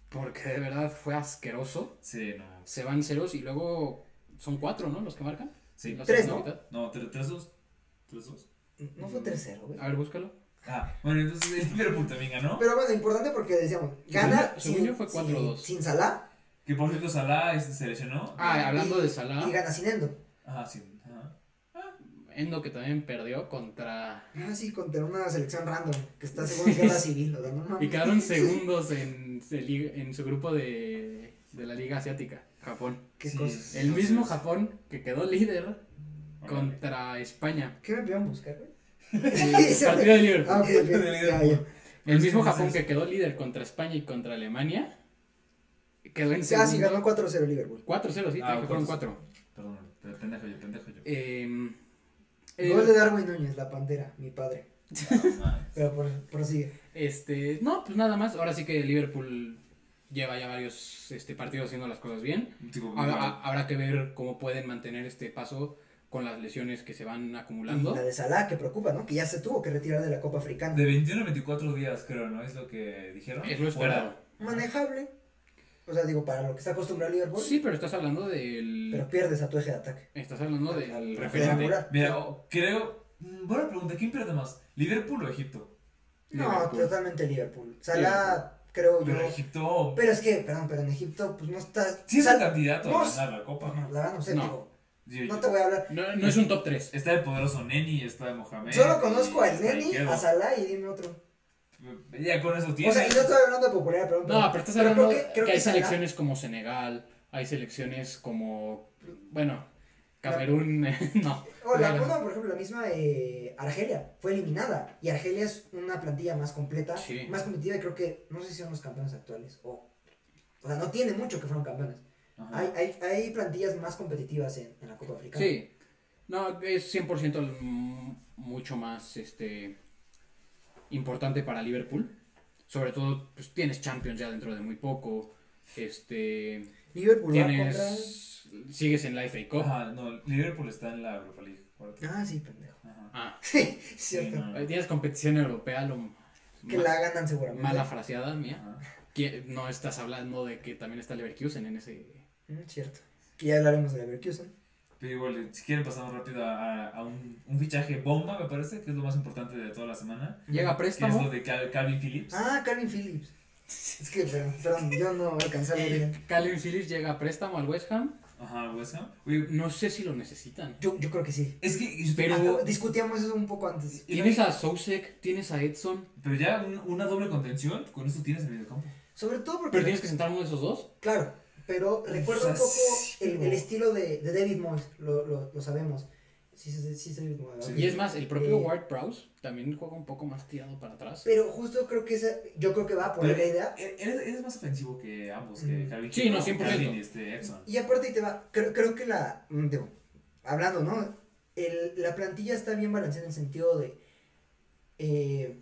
porque de verdad fue asqueroso.
Sí, no.
Se van ceros y luego son cuatro, ¿no? Los que marcan.
Sí.
Los
Tres,
de la
¿no?
mitad.
No, 3-2. 3-2.
No
Mm.
fue 3-0, güey.
A ver, búscalo.
Ah, bueno, entonces el Liverpool también ganó.
Pero bueno, importante porque decíamos, gana
Según- según yo fue 4-2.
sin, sin Salah
Que por cierto, Salah este, se lesionó.
Ah, hablando
y-
de Salah,
y gana sin Endo.
Ajá, sí. Ajá.
Endo que también perdió contra...
Ah, sí, contra una selección random que está según guerra civil. O sea, no mames.
Y quedaron segundos en, se li- en su grupo de, de la Liga Asiática, Japón.
Qué
Sí,
cosas.
El mismo
entonces-
Japón que quedó líder
Órale.
contra España.
¿Qué me pidieron buscar, güey?
El partido de Liverpool.
Ah, ok, ok, ya, ya.
El mismo
Entonces-
Japón que quedó líder contra España y contra Alemania quedó en
Ah, sí,
segundo.
ganó 4-0 Liverpool.
4-0, sí,
Ah,
creo que fueron
4-0.
4.
Perdón, pero pendejo yo, pendejo yo.
Em,
Gol de Darwin Núñez, la pantera, mi padre. Pero por, prosigue.
este, no, pues nada más. Ahora sí que Liverpool lleva ya varios este, partidos haciendo las cosas bien.
Tipo,
Habrá, habrá que ver cómo pueden mantener este paso con las lesiones que se van acumulando.
La de Salah, que preocupa, ¿no? Que ya se tuvo que retirar de la Copa Africana.
de 21 a 24 días, creo, ¿no? Es lo que dijeron.
Es lo
Fuera.
esperado.
Manejable. O sea, digo, para lo que está acostumbrado Liverpool.
Sí, pero estás hablando del.
Pero pierdes a tu eje de ataque.
estás hablando del
Al- al
referente.
regular.
Mira, o- creo. mm, Buena pregunta, ¿quién pierde más? ¿Liverpool o Egipto?
No,
Liverpool.
totalmente Liverpool. Salah, creo yo.
Pero Egipto.
Pero es que, perdón, pero en Egipto, pues no estás.
Sí es
Sal-
el candidato
no,
a ganar la copa.
No, la gano, sé,
No.
digo,
Digo yo.
No te voy a hablar.
No, no es un top 3.
Está el poderoso Neni, está Mohamed.
Solo conozco
y
al
está
Neni,
Riquelme.
a Salah y dime otro.
Ya con eso
O
tienes.
sea, y no estoy hablando de popularidad, pero.
No, pero estás
pero
hablando
creo que,
que,
creo
hay
Salah-
selecciones como Senegal, hay selecciones como, bueno, Camerún, no.
O la,
no,
bueno, por ejemplo, la misma eh, Argelia fue eliminada. Y Argelia es una plantilla más completa,
Sí.
más competitiva. Y creo que, no sé si son los campeones actuales. O, o sea, no tiene mucho que fueron campeones.
Ajá.
Hay, hay, hay plantillas más competitivas en, en la Copa Africana.
Sí, no, es 100% el- mm, mucho más este importante para Liverpool. Sobre todo, pues tienes Champions ya dentro de muy poco. Este,
Liverpool va
tienes, sigues en la FA Cup.
Ajá, no, Liverpool está en la Europa League. cuarto.
contra. Ah, sí, pendejo.
Ajá.
Ah,
Sí,
Sí,
cierto.
no, no.
tienes competición europea, lo
Que
ma-
la ganan seguramente.
mala fraseada mía.
Ajá.
Que no estás hablando de que también está Leverkusen en ese.
Mm, Cierto. Que ya hablaremos de Leverkusen.
Pero igual, si quieren pasamos rápido a, a- a un, un fichaje bomba, me parece, que es lo más importante de toda la semana.
Llega a
Que es lo
préstamo.
de Cal- Calvin Phillips.
Ah, Calvin Phillips. Es que, perdón, perdón, yo no alcancé a ver bien.
Calvin Phillips llega a préstamo al West Ham.
Ajá, West Ham. Oye,
No sé si lo necesitan.
Yo, yo creo que sí.
es que.
Ah,
Pero
discutíamos eso un poco antes.
y-
tienes a Sousek, tienes a Edson.
Pero ya un- una doble contención, con eso tienes el mediocampo.
Sobre todo porque.
Pero tienes que sentar uno de esos dos.
Claro, pero recuerda
sea,
un poco
sí,
el,
no.
el estilo de, de David Moyes, lo, lo, lo sabemos. Sí, sí, sí, es David Moyes.
Sí.
¿verdad?
Y es más, el propio
Eh,
Ward Prowse también juega un poco más tirado para atrás.
Pero justo creo que esa, yo creo que va por
Pero-
la idea.
E- Eres, eres más ofensivo que ambos, que
Mm.
Calvin
Sí,
Phillips,
no, 100%.
Calvin y este Edson.
Y aparte ahí te va, creo, creo que la, mm, digo, hablando, ¿no? El- la plantilla está bien balanceada en el sentido de, eh,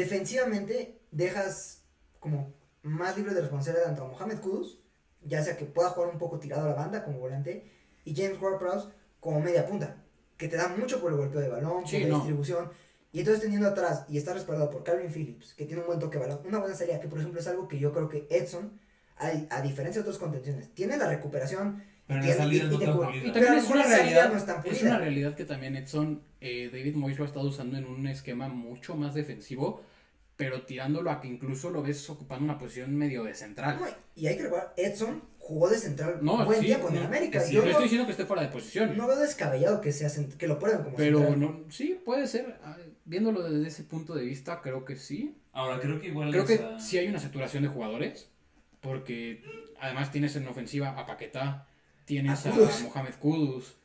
defensivamente dejas como más libre de responsabilidad tanto a Mohamed Kudus, ya sea que pueda jugar un poco tirado a la banda como volante, y James Ward-Prowse como media punta, que te da mucho por el golpeo de balón,
Sí,
por la
no.
distribución. Y entonces teniendo atrás y está respaldado por Calvin Phillips, que tiene un buen toque de balón, una buena salida, que por ejemplo es algo que yo creo que Edson, a, a diferencia de otras contenciones, tiene la recuperación.
Pero
y-
la salida
y- y
no
te
tan
cubre.
Y
pulida.
también
Pero
es una
esa idea
realidad.
no es tan
es
pulida.
una realidad que también Edson, eh, David Moyes lo ha estado usando en un esquema mucho más defensivo, pero tirándolo a que incluso lo ves ocupando una posición medio de central.
No, y hay que recordar, Edson jugó de central
No,
buen
sí,
tiempo en
no,
el América.
sí,
yo
no
no,
estoy diciendo que esté fuera de posición.
no veo descabellado que, sea cent- que lo prueben como
pero
central.
no, sí, puede ser. ah, Viéndolo desde ese punto de vista, creo que sí.
Ahora, creo que igual. ah,
Creo
o
que
sea,
sí hay una saturación de jugadores. Porque además tienes en ofensiva a Paquetá, tienes
A
a,
Kudus.
Mohamed Kudus,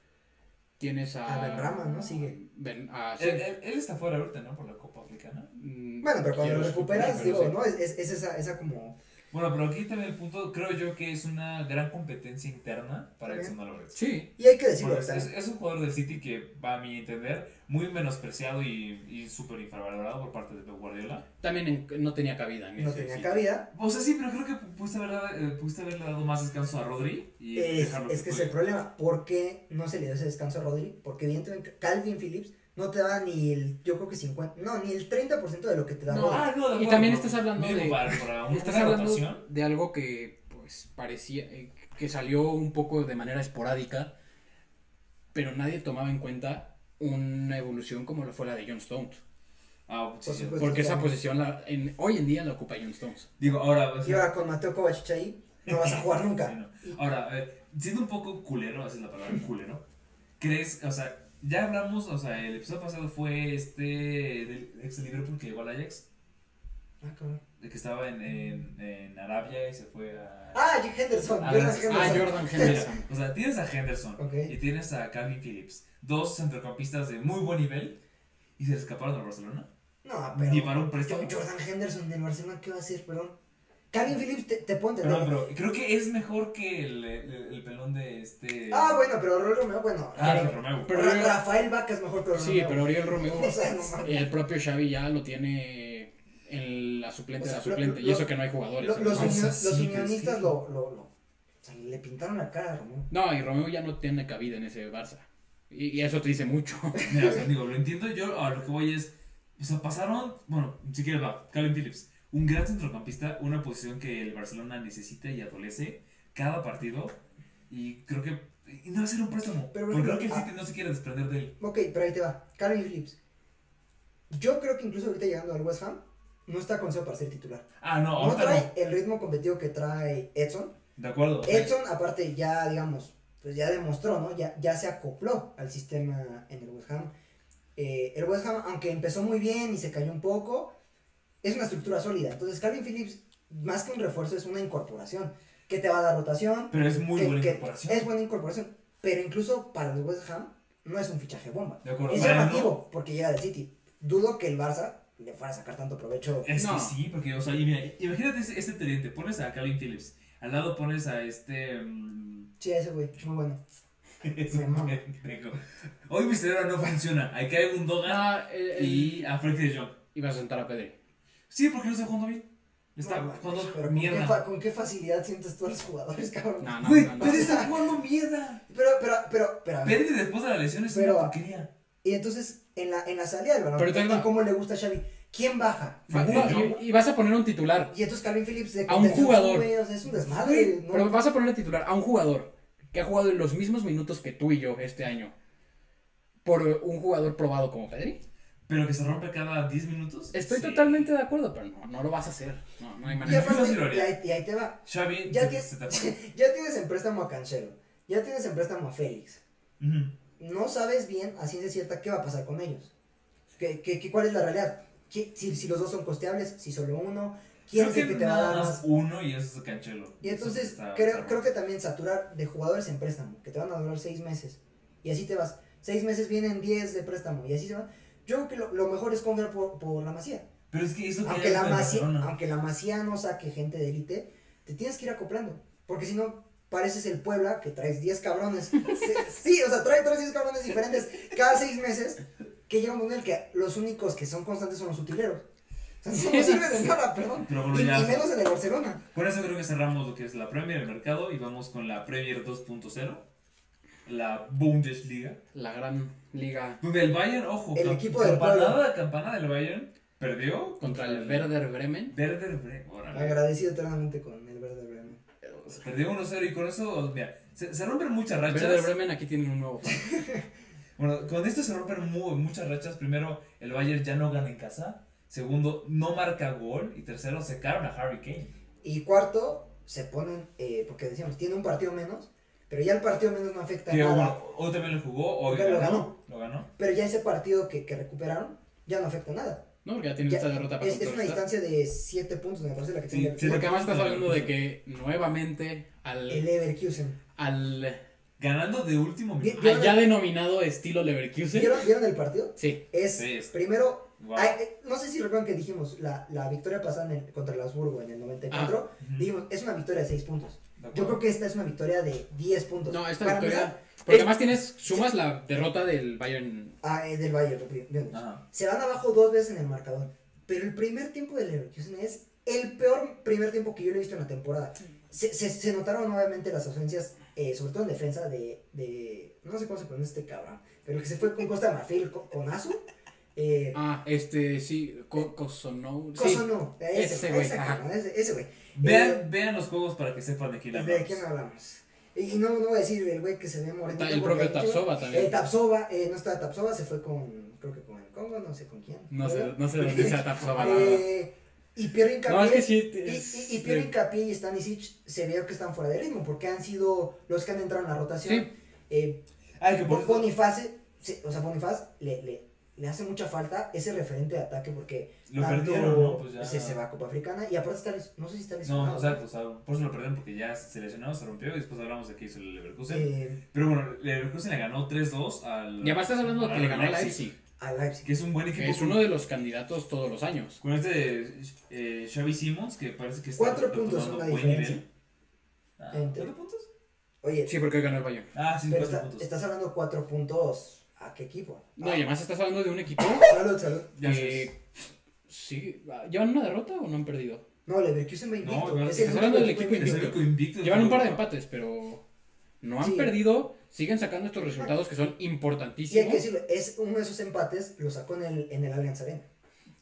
tienes a.
A Benrahma, ¿no? Sigue.
Ben- a- sí.
Él, él- él está fuera ahorita, ¿no? Por la Copa Africana.
Mm,
Bueno, pero cuando
quiero
lo recuperas,
escuchar, pero
digo, ¿no? Es, es- es esa, esa como
Bueno, pero aquí también el punto, creo yo que es una gran competencia interna para
También.
Edson Álvarez.
Sí.
Y hay que decirlo,
Bueno,
o sea,
es, es un jugador del City que, va a mi entender, muy menospreciado y, y súper infravalorado por parte de Pep Guardiola.
También en- no tenía cabida en
no
ese
tenía
sitio.
cabida.
O sea, Pues sí, pero creo que pudiste haberle, eh, pudiste haberle dado más descanso a Rodri y
Es,
dejarlo
es que es
juegue.
el problema. ¿Por qué no se le dio ese descanso a Rodri? Porque evidentemente Calvin Phillips no te da ni el, yo creo que 50, no, ni el 30% de lo que te da
No,
Rodri.
Ah, no, de
Y
acuerdo,
también
pero
estás hablando
mínimo
de-
Para, para una
Estás
buena
hablando
rotación.
de algo que pues parecía eh, que salió un poco de manera esporádica, pero nadie tomaba en cuenta una evolución como lo fue la de John Stones,
Ah, sí,
Por
sí.
supuesto.
porque esa posición la- en- hoy en día la ocupa John Stones.
Digo, ahora. o
Y
sea,
ahora con Mateo Kovacic ahí, no vas a jugar
Sí,
nunca.
no. Ahora, a ver, siendo un poco culero, esa es la palabra, culero. ¿Crees, o sea, ya hablamos, o sea, el episodio pasado fue este del ex de Liverpool que llegó al Ajax,
Ah, cabrón.
el que estaba en, en, en Arabia y se fue a.
Ah, Jim Henderson.
Ah,
Jordan
gracias.
Henderson.
Ah, Jordan
Mira,
Henderson.
o sea, tienes a Henderson
Ok.
y tienes a Calvin Phillips, dos centrocampistas de muy buen nivel y se le escaparon a Barcelona.
No,
Ni para un
pero.
préstamo.
Jordan Henderson del Barcelona, ¿qué va a hacer, perdón? Calvin Phillips te, te pone.
Perdón, pero creo que es mejor que el, el, el pelón de este.
Ah, bueno, pero Raúl Romeo, bueno.
Ah,
pero-
de Romeo.
pero-
Ra- Rafael Vaca es mejor que Romeo.
Sí, pero Oriol Romeo,
O sea, no mames.
el propio Xavi ya lo tiene en la suplente
O sea,
de la suplente,
lo-
y
lo-
eso que no hay jugadores.
Lo- los,
¿no?
uni-
Entonces,
los
sí,
unionistas
es que-
lo, lo, lo- o sea, le pintaron la cara a Romeo.
No, y Romeo ya no tiene cabida en ese Barça. Y, y eso te dice mucho.
Mira, o sea, digo, lo entiendo yo, a lo que voy es, o sea, pasaron, bueno, si quieres va, Calvin Phillips, un gran centrocampista, una posición que el Barcelona necesita y adolece cada partido, y creo que, y no va a ser un préstamo,
Pero,
porque creo
pero,
que el
ah.
City no se quiere desprender de él.
Ok, pero ahí te va. Calvin Phillips. Yo creo que incluso ahorita llegando al West Ham, no está concebido para ser titular.
Ah, no,
No
ahorita
trae
no,
el ritmo competitivo que trae Edson.
de acuerdo.
Edson, aparte, ya, digamos, pues ya demostró, ¿no? Ya, ya se acopló al sistema en el West Ham. Eh, el West Ham, aunque empezó muy bien y se cayó un poco, es una estructura sólida. Entonces, Calvin Phillips, más que un refuerzo, es una incorporación que te va a dar rotación.
Pero es muy
que-
buena
que
incorporación.
Es buena incorporación. Pero incluso para el West Ham, no es un fichaje bomba.
De acuerdo,
es
para él no.
llamativo porque llega del City. Dudo que el Barça le fuera a sacar tanto provecho.
Es
No.
que sí, porque, o sea, y mira, imagínate ese- este tridente, pones a Calvin Phillips, al lado pones a este... mm,
Sí, ese güey, es muy bueno.
es un
mama.
pendejo. Hoy mi cerebro no funciona, hay que hay un Dogan
Ah, eh, eh,
y a Frankie de Jong.
y vas a sentar a Pedri.
Sí, porque no está jugando bien. Está
No, mames,
jugando
pero ¿con qué,
mierda.
fa- con qué facilidad sientes tú a los jugadores, cabrón?
No, no,
Güey,
no, no.
pues
Pedri está jugando mierda.
Pero, pero, pero, pero, a ver.
Pedri después de la lesión es
Pero-
una porquería.
Y entonces, en la, en la salida del balón,
Pero te digo-
¿cómo le gusta a Xavi? ¿Quién baja?
Va-
Frankie de
y-
Jong.
y, vas a poner un titular.
Y entonces Calvin Phillips de
A un
contención
jugador.
sube, o sea, es un desmadre. ¿no?
Pero vas a poner un titular a un jugador que ha jugado en los mismos minutos que tú y yo este año por un jugador probado como Pedri.
Pero que se rompe cada 10 minutos.
Estoy
Sí.
totalmente de acuerdo, pero no, no lo vas a hacer. No, no hay
y,
manera.
Ya-
aparte-
sí lo haría.
y ahí, y ahí te va.
Xavi,
Ya,
se-
tienes-
se te fue.
ya tienes en préstamo a Cancelo. Ya tienes en préstamo a Félix.
Ujú.
No sabes bien, a ciencia cierta, qué va a pasar con ellos. ¿Qué, qué, qué- cuál es la realidad? ¿Qué- si, si los dos son costeables, si solo uno. ¿Quién
Creo
es el
que
que te va a dar
nada
más?
más uno y eso es Canchelo.
Y entonces
Eso está-
creo,
está
creo
mal.
que también saturar de jugadores en préstamo, que te van a durar seis meses. Y así te vas. Seis meses vienen diez de préstamo y así se van. Yo creo que lo, lo mejor es comprar por, por la masía.
Pero es que eso
Aunque la, masía
Barcelona.
aunque la masía no saque gente de élite, te tienes que ir acoplando. Porque si no, pareces el Puebla que traes diez cabrones. sí, sí, o sea, trae tres diez cabrones diferentes cada seis meses. Que llega un momento en el que los únicos que son constantes son los utileros. O sea, no sirven de nada, perdón.
Pero bueno,
Y-
ya-
y menos en el Barcelona.
Con eso creo que cerramos lo que es la Premier, el mercado, y vamos con la Premier 2.0, la Bundesliga.
La gran liga
Donde el Bayern, ojo,
El
cam-
equipo del
campanada,
pueblo.
campanada del Bayern, perdió
contra el Werder Bremen.
Werder Bremen. órale.
Agradecido eternamente con el verde Bremen.
Perdió 1-0 y con eso, mira, se, se rompen muchas rachas.
Werder Bremen aquí tienen un nuevo fan.
Bueno, con esto se rompen mu- muchas rachas. Primero, el Bayern ya no gana en casa. Segundo, no marca gol. Y tercero, secaron a Harry Kane.
Y cuarto, se ponen, eh, porque decíamos, tiene un partido menos, pero ya el partido menos no afecta
Que
nada.
bueno, hoy también lo jugó, hoy
Pero
ganó,
lo
Lo ganó.
Pero ya ese partido que, que recuperaron, ya no afecta nada.
No, porque ya tienen
Ya-
esta derrota para
Es, es una
contrarrestar.
distancia de 7 puntos, me parece la que
Sí,
tiene
sí,
el,
Porque además estás hablando de que nuevamente
el
al,
Leverkusen.
al
Ganando de último minuto.
Yo-
al ya denominado estilo Leverkusen.
¿Vieron, vieron el partido?
Sí.
Es
Sí, es-
primero
Wow.
Ay, eh, no sé si recuerdan que dijimos, la, la victoria pasada en el- contra el Habsburgo en el 94,
Ah, Ujú.
dijimos, es una victoria de 6 puntos.
De acuerdo.
Yo creo que esta es una victoria de 10 puntos.
No, esta
Para
victoria.
empezar,
Porque
es-
además tienes, sumas la derrota del Bayern.
ah, es del Bayern, de- de- de-
Ajá.
se van abajo dos veces en el marcador. Pero el primer tiempo del Leverkusen es el peor primer tiempo que yo le he visto en la temporada. Se, se- se notaron obviamente las ausencias, eh, sobre todo en defensa de, de- No sé cómo se pronuncia este cabrón, pero el que se fue con Costa de Marfil, con, con Asu. Eh,
Ah, este, sí, Co- Cosonou. Ah, Sí.
Coso no, ese,
ese
ese
güey,
güey.
ajá.
ese- ese güey.
Vean, vean los juegos para que sepan de quién hablamos.
¿De quién hablamos? Y no, no voy a decir el güey que se ve morenito.
Ta- el
porque
propio
aquí-
Tapsoba también.
Eh, Tapsoba, eh, no estaba Tapsoba, se fue con, creo que con el Congo, no sé con quién.
No sé,
Pero-
no sé dónde sea Tapsoba. la verdad.
Eh, y Pierre Hincapié.
No, es que sí.
Y,
es-
y, y Pierre Hincapié y Stanisic se vio que están fuera de ritmo porque han sido los que han entrado en la rotación.
Sí.
Eh,
Ay, que por cierto,
Bonifaz, se- o sea, Bonifaz le, le, le hace mucha falta ese referente de ataque porque
lo
tanto
perdieron, ¿no? Pues ya.
se, se va a Copa Africana y aparte está, les- no sé si está lesionado.
No, exacto, o sea, por eso lo perdieron porque ya se lesionó, se rompió y después hablamos de qué hizo el Leverkusen.
Eh,
Pero bueno, Leverkusen le ganó 3-2 al.
Y además estás hablando de que
al
le ganó a
Leipzig,
Leipzig,
a Leipzig.
Que es un buen equipo.
que es uno de los candidatos todos los años.
Con este eh, Xavi Simmons, que parece que está.
Cuatro
retomando
puntos son la
buen
diferencia.
nivel. Ah,
Entre-
¿Cuatro puntos?
Oye,
Sí, porque hoy ganó el Bayern.
Ah, sí,
pero
cuatro
está-
puntos.
estás hablando cuatro puntos. ¿A qué equipo?
No, y
Ah,
además estás hablando de un equipo
Salud, salud.
Gracias.
que. Sí, ¿llevan una derrota o no han perdido?
No, Leverkusen va invicto.
igual,
es
estás
el
hablando
único
del equipo
invicto.
Es el único invicto.
Llevan un par de
Europa.
empates, pero no han
Sí.
perdido. Siguen sacando estos resultados que son
Y hay que
importantísimos.
decirlo, es uno de esos empates lo sacó en el, en el Allianz Arena.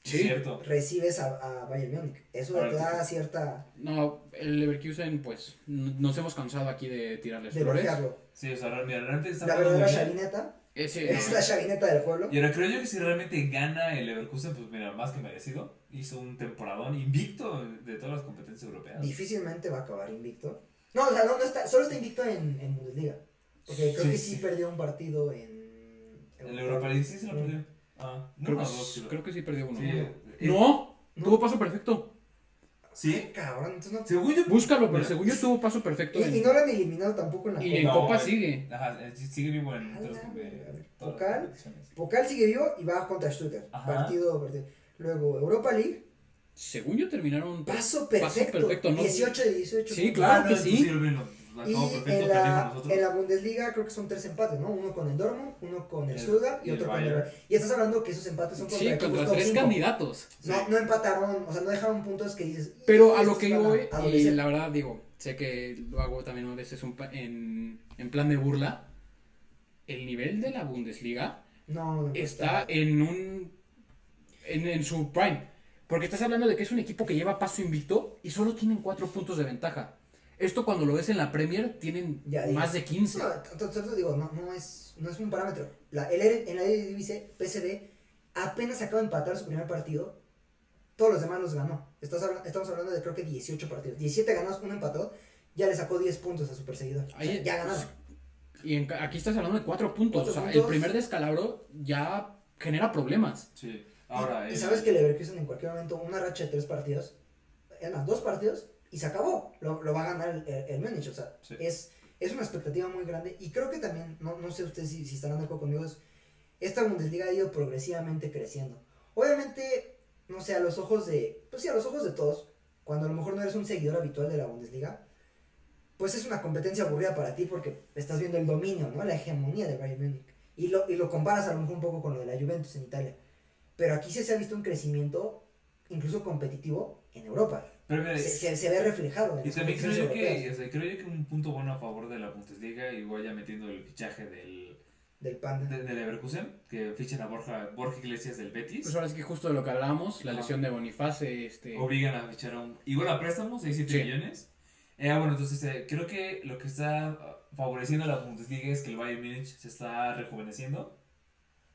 Sí. Cierto.
Recibes a, a Bayern Múnich. Eso
Ahora
te
sí.
da cierta...
No, el Leverkusen, pues, n- nos hemos cansado aquí de tirarles
de
flores.
bloquearlo.
Sí, o sea, ahora, mira, realmente está
La
jugando
verdadera
muy bien.
chavineta
Ese,
es la chavineta del pueblo.
Y ahora creo yo que si realmente gana el Leverkusen, pues mira, más que merecido. Hizo un temporadón invicto de todas las competencias europeas.
Difícilmente va a acabar invicto. No, o sea, no, no está, solo está invicto en, en Bundesliga. Porque creo
Sí,
que sí,
sí.
perdió un partido en... en
El Europa League sí se lo
Mm.
perdió. Ah, no,
creo,
no,
que,
dos, creo.
creo que sí perdió uno.
Sí, eh,
No,
No.
tuvo paso perfecto.
Sí.
Cabrón, entonces no...
Según yo.
Búscalo, pero
Mira.
según yo tuvo paso perfecto. en-
Y, y no lo han eliminado tampoco en la
Y
Copa.
en
No,
Copa
eh.
sigue.
Ajá, eh, sí, sigue vivo en
Ah,
todas las
la
compe-
madre.
todas las
Vocal.
competiciones.
Pokal sigue vivo y va contra Stuttgart.
Ajá.
Partido, partido. Luego Europa League.
Según yo terminaron.
Paso perfecto.
perfecto, ¿no?
18 de Ah, 18.
Sí,
puntos.
Claro pues,
Ah, no,
que
entonces
sí.
lo vieron, lo
Y
acabó perfecto,
en
perdió con
la,
nosotros.
en la Bundesliga creo que son tres empates, ¿no? Uno con el Dortmund, uno con el
El-
Stuttgart y
y el
otro con el
Bayern.
Bayern. Y estás hablando que esos empates son contra
Sí,
equipos
contra
top
tres
cinco.
candidatos.
No,
Sí.
no empataron, o sea, no dejaron puntos que dices.
Pero
"Ih,
a lo
estos
que
van
yo, eh, y
adolecer".
la verdad digo, sé que lo hago también a veces un pa- en, en plan de burla. El nivel de la Bundesliga
No, no
está en un. en, en su prime. Porque estás hablando de que es un equipo que lleva paso invicto y solo tienen cuatro puntos de ventaja. Esto cuando lo ves en la Premier tienen
Ya, Ah. ya.
más de 15.
No, entonces te digo, no, no, es, no es un parámetro. La, el, E en la Eredivisie, PSV apenas acaba de empatar su primer partido. Todos los demás los ganó. Estás habla- estamos hablando de creo que 18 partidos. 17 ganados, un empatado. Ya le sacó 10 puntos a su perseguidor. O sea,
Ahí- pues,
ya ganaron.
Y en ca- aquí estás hablando de cuatro puntos.
Cuatro
o sea,
puntos.
el primer descalabro ya genera problemas.
Sí. Ahora, eh,
y, y
el-
sabes que Leverkusen en cualquier momento una racha de tres partidos, es más, dos partidos, y se acabó. Lo, lo va a ganar el, el, el Múnich, O sea,
Sí.
es, es una expectativa muy grande. Y creo que también, no, no sé ustedes si, si estarán de acuerdo conmigo, es- esta Bundesliga ha ido progresivamente creciendo. Obviamente, no sé, a los ojos de, pues sí, a los ojos de todos, cuando a lo mejor no eres un seguidor habitual de la Bundesliga, pues es una competencia aburrida para ti porque estás viendo el dominio, ¿no? La hegemonía del Bayern Múnich. Y lo, y lo comparas a lo mejor un poco con lo de la Juventus en Italia. Pero aquí sí se ha visto un crecimiento, incluso competitivo, en Europa.
Pero mira,
Se, se- se ve reflejado en
Pues, Y
las
también creo
competiciones
yo, que,
europeas
o sea, creo yo que un punto bueno a favor de la Bundesliga, igual ya metiendo el fichaje del,
del Panda.
de, de Leverkusen, que fichan a Borja, Borja Iglesias del Betis,
Pues ahora es que justo de lo que hablábamos, la
Ajá.
lesión de Boniface, este...
obligan a fichar a un... Igual a préstamos, 6-7
Sí.
millones. Eh, ah, bueno, entonces eh, creo que lo que está ah, favoreciendo a la Bundesliga es que el Bayern Múnich se está rejuveneciendo.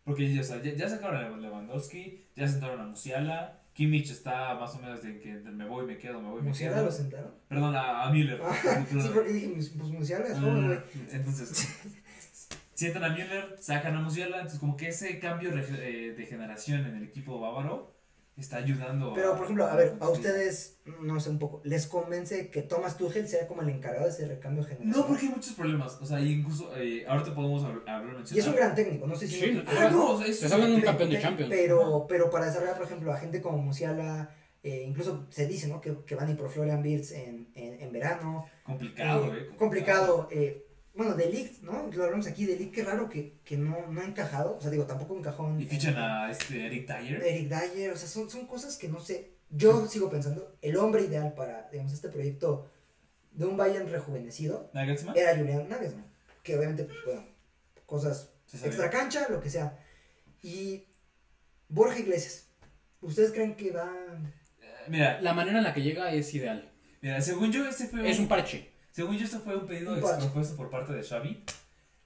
Porque o sea, ya, ya sacaron a Lewandowski, ya sentaron a Musiala, Kimmich está más o menos de que me voy, me quedo, me voy, me
¿Musiala
quedo.
lo sentaron?
Perdón, a, a Müller.
Ah, sí, porque dije, pues Musiala es joven, güey.
Ah, Entonces, sientan a Müller, sacan a Musiala, entonces como que ese cambio re- eh, de generación en el equipo bávaro está ayudando a-
Pero, por ejemplo, a ver, a
Sí.
ustedes, no sé, un poco, ¿les convence que Thomas Tuchel sea como el encargado de ese recambio general?
No, porque hay muchos problemas. O sea, y incluso eh, ahorita podemos hab- hablar
Y es un
mencionar.
gran técnico, no sé si...
Sí,
lo-
Ah, no, o sea, es
Estás hablando de un
Pe-
campeón de
pe-
Champions.
Pero, pero para desarrollar, por ejemplo, a gente como Musiala, eh, incluso se dice, ¿no? Que, que van a ir por Florian Birds en, en, en verano.
complicado,
Eh,
eh.
Complicado. eh, bueno, De Ligt, ¿no? Lo hablamos aquí, De Ligt, qué raro que, que no, no ha encajado. O sea, digo, tampoco encajó en...
Y fichan a este Eric Dyer.
Eric Dyer, o sea, son, son cosas que no sé. Yo sigo pensando, el hombre ideal para, digamos, este proyecto de un Bayern rejuvenecido
Nagelsmann.
era Julian Nagelsmann. Que obviamente, pues, bueno, cosas
Se sabe.
extra cancha, lo que sea. Y Borja Iglesias, ¿ustedes creen que va...?
Mira,
La manera en la que llega es ideal.
mira, según yo este fue
Es
un-
un parche.
Según yo, esto fue un pedido
Un
ex-
parche.
propuesto por parte de Xavi.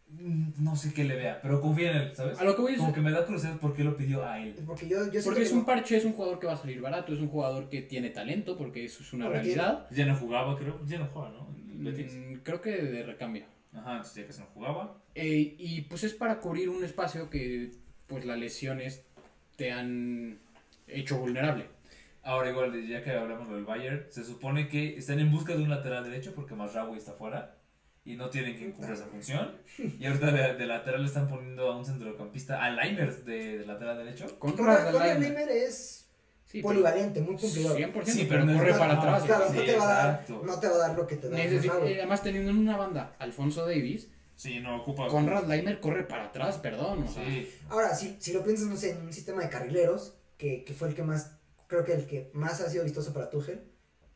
Mm, No sé qué le vea, pero confía en él, ¿sabes?
A lo que voy es-
Como que me da curiosidad por qué lo pidió a él.
Porque yo, yo siento
Porque
que
es un
no.
parche, es un jugador que va a salir barato, es un jugador que tiene talento, porque eso es una
Porque
realidad.
Ya no jugaba, creo. Ya no jugaba, ¿no? El Betis.
Mm, Creo que de recambio.
Mm, Ajá, entonces ya casi no jugaba.
Eh, y pues es para cubrir un espacio que pues las lesiones te han hecho vulnerable.
Ahora igual, ya que hablamos del Bayern, se supone que están en busca de un lateral derecho porque Masraoui está fuera y no tienen que cumplir esa función. Y ahorita de, de lateral le están poniendo a un centrocampista, a Leimers de, de lateral derecho.
Con
Conrad
Ralf
Conrad
Leimer.
Leimer es
Sí, pero
polivalente, muy cumplidor.
100%,
Sí, pero
pero
no es
corre
No,
para
no,
atrás.
Claro,
güey.
no,
Sí,
te va a dar,
exacto.
no te va a dar lo que te da.
Necesi-
Ronaldo.
eh, además teniendo en una banda Alfonso Davis,
Sí, no ocupa.
Conrad Leimer corre para atrás, perdón. o sea,
Sí,
Ahora, si, si lo piensas, no sé, en un sistema de carrileros, que, que fue el que más, creo que el que más ha sido vistoso para Tuchel,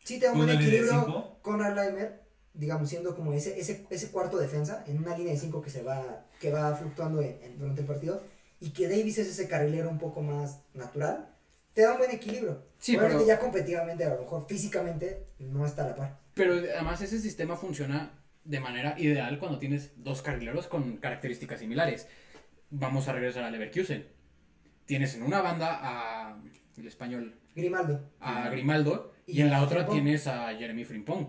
sí te da un
Con
buen
una línea de
equilibrio
cinco.
Conrad Leimer, digamos, siendo como ese, ese, ese cuarto defensa, en una línea de 5 que se va, que va fluctuando en- en- durante el partido, y que Davis es ese carrilero un poco más natural, te da un buen equilibrio.
Sí,
Obviamente
pero-
ya competitivamente, a lo mejor físicamente, no está a la par.
Pero además ese sistema funciona de manera ideal cuando tienes dos carrileros con características similares. Vamos a regresar a Leverkusen. Tienes en una banda a el español
Grimaldo.
a Grimaldo y,
Y
en la
a
otra
Frimpong.
tienes a Jeremy Frimpong.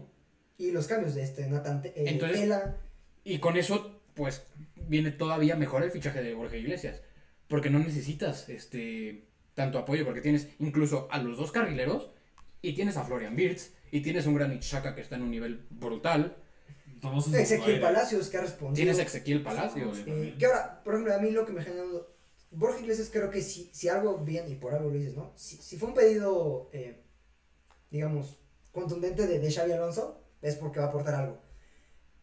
Y los cambios de este, Nathan Te- eh,
Entonces-
Tela.
Y con eso pues viene todavía mejor el fichaje de Borja Iglesias, porque no necesitas este tanto apoyo porque tienes incluso a los dos carrileros y tienes a Florian Wirtz y tienes un gran Chaka que está en un nivel brutal.
tomó su
Ezequiel
aire.
Palacios que ha respondido.
Tienes a Ezequiel Palacios.
Eh, que ahora, por ejemplo, a mí lo que me genera duda- Borja Iglesias creo que si, si algo bien, y por algo lo dices, ¿no? Si, si fue un pedido, eh, digamos, contundente de, de Xavi Alonso, es porque va a aportar algo.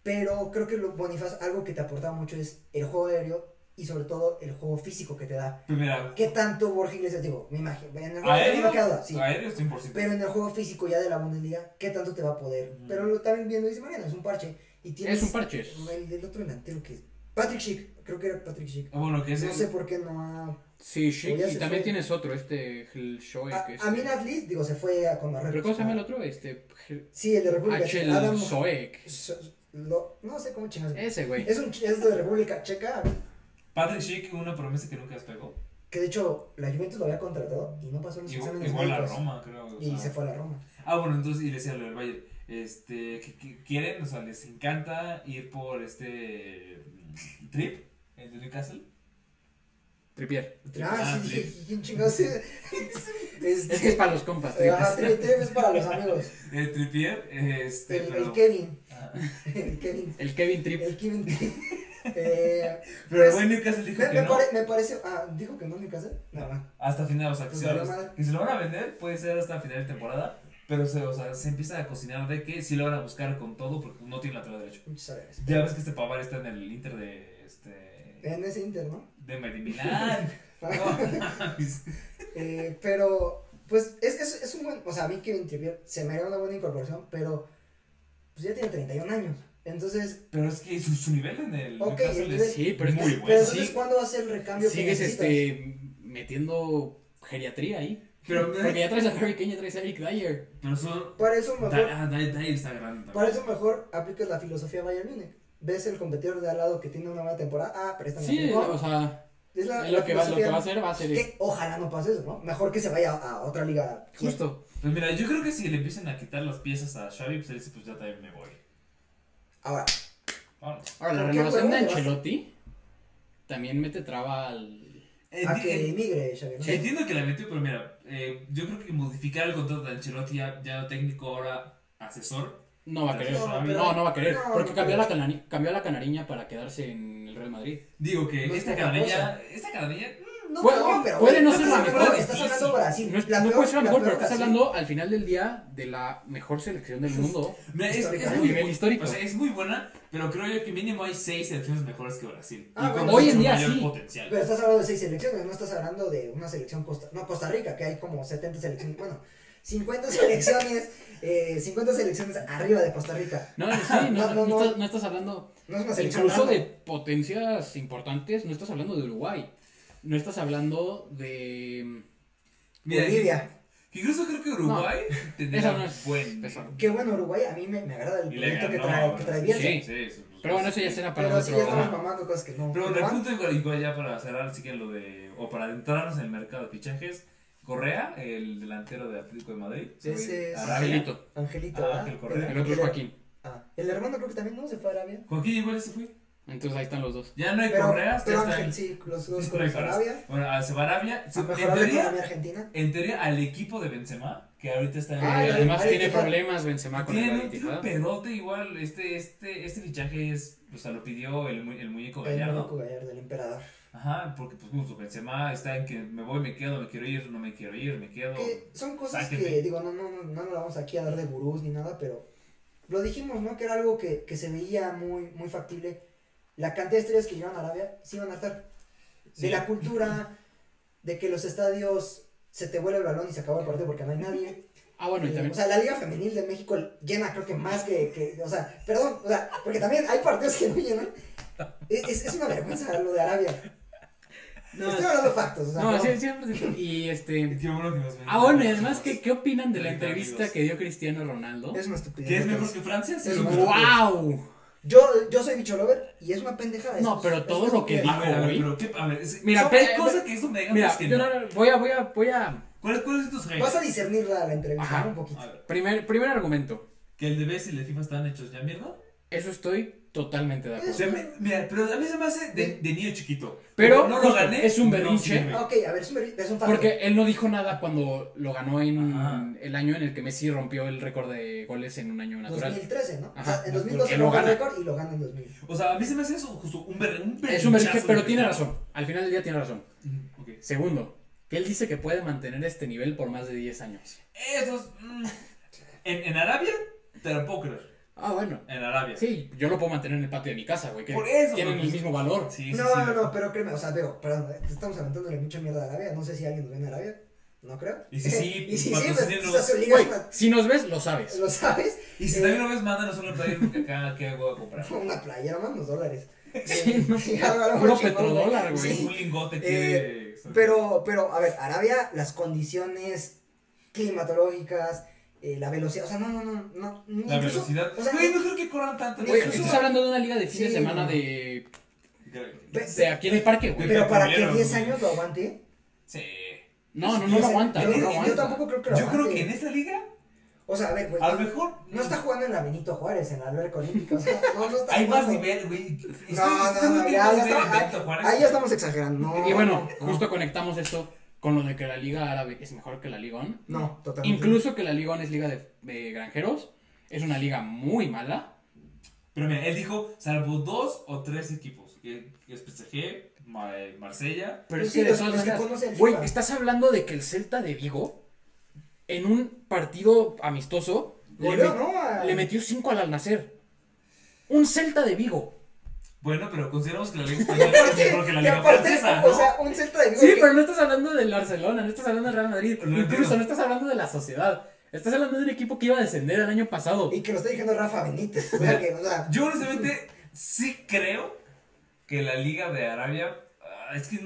Pero creo que lo, Bonifaz, algo que te aporta mucho es el juego aéreo y sobre todo el juego físico que te da.
Primera,
¿Qué tanto Borja Iglesias, digo, me imagino, en el juego aéreo
Aéreo,
me queda duda, sí.
aéreo 100%.
Pero en el juego físico ya de la Bundesliga, ¿qué tanto te va a poder? Pero lo, también bien lo dice Mariano, es un parche. Y tienes
Mm. Es un parche. es-
el, el otro delantero que es. Patrick Schick, creo que era Patrick Schick.
Ah, bueno, que es
No sé por qué no ha.
Sí,
O
Chic.
ya
Y
se
también
fue.
tienes otro, este el Shoei.
A,
que es-
a mí Natlis, digo, se fue a, con Marruecos.
¿Pero cómo se llama el otro? Este. Gel-
Sí, el de República
Hachel
Checa. Adam-
Soek.
So- lo- no sé cómo chingas.
Ese, güey.
Es, un, ch- es de República Checa,
Patrick Schick, una promesa que nunca despegó.
que de hecho la Juventus lo había contratado y no pasó los
Igual,
exámenes
igual a
médicos.
Roma, creo. o
Y
sea.
se fue a la Roma.
Ah, bueno, entonces, y le decía lo del Bayern. Este, que, que quieren, o sea, les encanta ir por este mm, trip, el de Newcastle.
Tripier.
Ah,
Ah,
sí,
sí.
dije, ¿quién chingados? es?
Es que es
este,
para los compas,
ajá,
tripas.
tri- tri- es para los amigos.
El Trippier, este,
El,
pero,
el Kevin.
Ah.
El Kevin.
El Kevin Trip.
El Kevin. Eh,
pero el
pues,
buen Newcastle dijo
Me,
que
me
no.
pare- me pareció. Ah, dijo que no en mi casa. Nada más.
Hasta final, o sea, que,
Pues
se,
valió
los-
madre.
que se lo van a vender, puede ser hasta final de temporada. Pero se, o sea, se empieza a cocinar de que sí lo van a buscar con todo porque no tiene lateral derecho.
Muchas gracias.
Ya ves que este Pavar está en el Inter de este
En ese inter, ¿no?
de Medi- Milán. No, mames.
Eh, pero, pues, es, es, es un buen. O sea, a mí Kevin Trippier se me haría una buena incorporación, pero. Pues ya tiene 31 años. Entonces,
pero es que su, su nivel en el
Ok,
Newcastle
el
es
Sí, pero es que-
muy
pero
bueno.
entonces,
Pues sí.
¿cuándo va a ser el recambio? que
Sigues
necesitas?
este. metiendo geriatría ahí.
Pero,
Porque ya traes a Harry Kane, ya traes a Eric Dyer.
pero son.
Para eso mejor,
Da- ah, Dyer Dyer está grande.
para
también.
eso mejor aplicas la filosofía Bayern Munich. Ves el competidor de al lado que tiene una buena temporada. Ah, préstame a
Sí,
Frimpong.
o sea.
es la,
Lo
la
que, va, lo que
filosofía-
va a hacer va a ser. este.
que ojalá no pase eso, ¿no? Mejor que se vaya a otra liga.
Justo.
Pues mira, yo creo que si le empiezan a quitar las piezas a Xavi, pues él dice, pues ya también me voy.
Ahora,
Vámonos.
Ahora, la
¿Con qué
renovación de
huevo le vas-
Ancelotti también mete traba al.
a
Enti-
Ah, que emigre Xavi Hernández.
Eh, Entiendo que la metió, pero mira, eh, yo creo que modificar el contrato de Ancelotti ya, ya técnico ahora asesor.
No va a querer.
No,
pero-
No, no va a querer.
no,
Porque
no
cambió
creo.
la, canari- cambió la canariña para quedarse en el Real Madrid.
Digo que
No es
esta
poca
cadenilla,
cosa.
esta cadenilla,
No,
Puede-
no, pero
puede
güey,
no ser
estás
la
hablando-
mejor,
Estás
sí,
hablando
sí.
Brasil.
No, es-
la
no
peor-
puede ser la mejor, pero estás
Brasil.
hablando al final del día de la mejor selección del mundo.
mira, es, es
Histórica.
A
muy
nivel
bu-
histórico.
o sea, es muy buena, pero creo yo que mínimo hay seis selecciones mejores que Brasil.
Ah,
y
bueno,
con
hoy en
mucho
día
mayor
sí.
potencial.
Pero estás hablando de seis selecciones, no estás hablando de una selección Costa, no, Costa Rica, que hay como 70 selecciones, bueno, 50 selecciones, eh, 50 selecciones arriba de Costa Rica.
No, no, sí, no,
No, no,
no
no.
estás, no estás hablando.
No es una selección
Incluso de
random.
potencias importantes, no estás hablando de Uruguay. No estás hablando de.
Mira,
Bolivia.
que- que incluso creo que Uruguay tendría
Esa no es-
buen.
esa no.
Qué bueno Uruguay, a mí me, me agrada el
Y le
proyecto que
ganó,
trae, que trae
sí.
Bielsa.
Sí.
sí,
Pero bueno, eso ya será para
Pero sí, ya
otro.
estamos
Ajá.
mamando cosas que no.
Pero en
que no
el
van.
punto igual, igual ya para cerrar, así que lo de. O para adentrarnos en el mercado de fichajes, Correa, el delantero de Atlético de Madrid.
Sí, sí, sí.
Arabia.
Angelito.
Angelito,
Ah,
¿verdad?
Ángel Correa.
El otro es Joaquín.
Ah, el hermano creo que también no se fue a Arabia.
Joaquín igual se fue.
Entonces ahí están los dos.
Ya no hay
Pero,
Correas,
pero
ya está.
Ángel, sí, los dos
Sí,
con
no hay Correas.
Arabia.
Bueno, a- se va a Arabia. Se-
A
Ah, en,
mejorar la economía
teoría,
argentina.
en teoría, al equipo de Benzema, que ahorita está en.
Ah,
Eh,
el-
además
el-
tiene
el-
problemas Benzema con
tiene
el
un tiene un
Atlético.
pedote igual. Este, este, este fichaje es. O sea, lo pidió el, mu- el muñeco
El
Gallardo.
Marco Gallardo, el emperador.
Ajá, porque pues justo Benzema está en que me voy, me quedo, me quiero ir, no me quiero ir, me quedo.
Que son cosas
Sáquenme.
que, digo, no, no, no, no nos vamos aquí a dar de gurús ni nada, pero lo dijimos, ¿no? Que era algo que, que se veía muy, muy factible. La cantidad de estrellas que llegaron a Arabia sí iban a estar.
Sí.
De la cultura, de que los estadios se te vuela el balón y se acaba el partido porque no hay nadie.
Ah, bueno, y
O
también.
sea, la Liga Femenil de México llena creo que más que, que- o sea, perdón, o sea, porque también hay partidos que no llenan. Es, es- es una vergüenza lo de Arabia. Estoy hablando de factos, o sea,
No,
no.
sí, siempre. se- Y este.
Qué bueno que nos
Ah, bueno, y además, ¿qué, qué opinan de la
Treinta
entrevista
amigos.
que dio Cristiano Ronaldo?
es una estupidez.
¿Qué es
lo que
mejor
es.
que Francia? Sí,
Es
lo
muy
creo.
¡Wow!
Yo, yo soy bicho lover y es una pendejada. es-
No, pero
es-
todo
es-
lo que
es-
dijo.
A ver, a ver,
Uy.
pero qué, a ver, es-
Mira,
son-
pe-
hay cosas que eso me digan
Mira,
que
yo
no.
no- voy a, voy a, voy a.
¿Cuáles cuáles son tus redes?
Vas a discernirla la entrevista
Ajá.
¿no? un poquito.
A ver,
Primer, primer argumento.
que el de BES y el de FIFA están hechos ya mierda.
Eso estoy totalmente de
O
acuerdo.
sea, me- mira, pero a mí se me hace de, de niño chiquito.
Pero,
no lo
justo,
gané.
es un
no
berrinche.
sirve.
Ah, ok, a ver, es un, es un facto.
Porque él no dijo nada cuando lo ganó en
Ajá.
el año en el que Messi rompió el récord de goles en un año natural.
2013, ¿no?
Ajá.
o sea, en 2012
Que lo
lo gana
gana.
el récord y lo gana en 2000.
O sea, a mí se me hace eso justo un, berre, un berrinche.
Es un berrinche, pero tiene razón. Al final del día tiene razón.
Okay.
Segundo, que él dice que puede mantener este nivel por más de 10 años.
Esos. mm, en, en Arabia, te lo puedo creer.
Ah, bueno.
En Arabia.
Sí, yo lo puedo mantener en el patio de mi casa, güey. que
Por eso,
Tienen
güey.
el mismo valor.
Sí, sí,
No,
sí,
no,
de-
no, pero créeme, o sea, veo, perdón, eh, te estamos aventándole mucha mierda a Arabia. No sé si alguien nos ve en Arabia. No creo.
Y si sí,
y si sí, pues,
patrocínenos.
estás obligado
Güey, si nos ves, lo
a-
sabes.
Lo sabes. Eh,
Y si también lo ves, mándanos una playa porque acá, ¿qué hago a comprar?
Una playera más unos dólares. Eh,
Sí, no.
Sí, algo- algo
Puro
chingón, güey.
petrodólar, güey.
Sí.
Un lingote que.
Eh, Pero, pero, a ver, Arabia, las condiciones climatologicas, eh, la velocidad, o sea, no, no, no, no.
La
incluso-
velocidad.
o sea,
Güey, no creo que corran tanto.
Güey,
Incluso-
estás hablando de una liga de fin de
Sí,
semana
no.
de,
pe-
de aquí en el parque, güey.
pero para que
Camioneros,
10
güey.
años lo aguante.
Sí.
No, no, no lo aguanta,
Yo,
no lo
yo
aguanta.
tampoco creo que lo
Yo creo
aguante.
que en esta liga,
O sea, a ver, güey.
a lo mejor.
No está jugando en la Benito Juárez, en la alberca olímpica. O sea, no, no está
Hay más
jugando.
nivel, güey. Estoy-
No,
estoy
no, no,
viendo
ya,
más
ya
nivel en
estamos,
Benito
ahí,
Juárez.
ahí ya estamos exagerando. No,
Y bueno,
no,
justo conectamos esto con lo de que la liga árabe es mejor que la liga on.
No, totalmente.
Incluso que la liga on es liga de, de granjeros. Es una liga muy mala.
Pero mira, él dijo, salvo dos o tres equipos. Que que es PSG, Ma- eh, Marsella.
Pero
Pues
es
sí,
que de
los-
todas
los que
maneras-
conocen
Güey,
FIFA.
estás hablando de que el Celta de Vigo, en un partido amistoso, le,
Goleó,
met-
¿no? A-
le metió 5 al Alnacer. Un Celta de Vigo.
Bueno, pero consideramos que la liga
Y
española es
aparte,
mejor que la
y
liga
aparte,
francesa, ¿no?
o sea, un centro de Vigo
Sí,
que-
pero no estás hablando del Barcelona, no estás hablando del Real Madrid.
Lo
Incluso
entiendo.
no estás hablando de la sociedad. Estás hablando de un equipo que iba a descender el año pasado.
Y que lo está diciendo Rafa Benítez. O sea, que, o sea,
Yo honestamente sí creo que la liga de Arabia ah, es que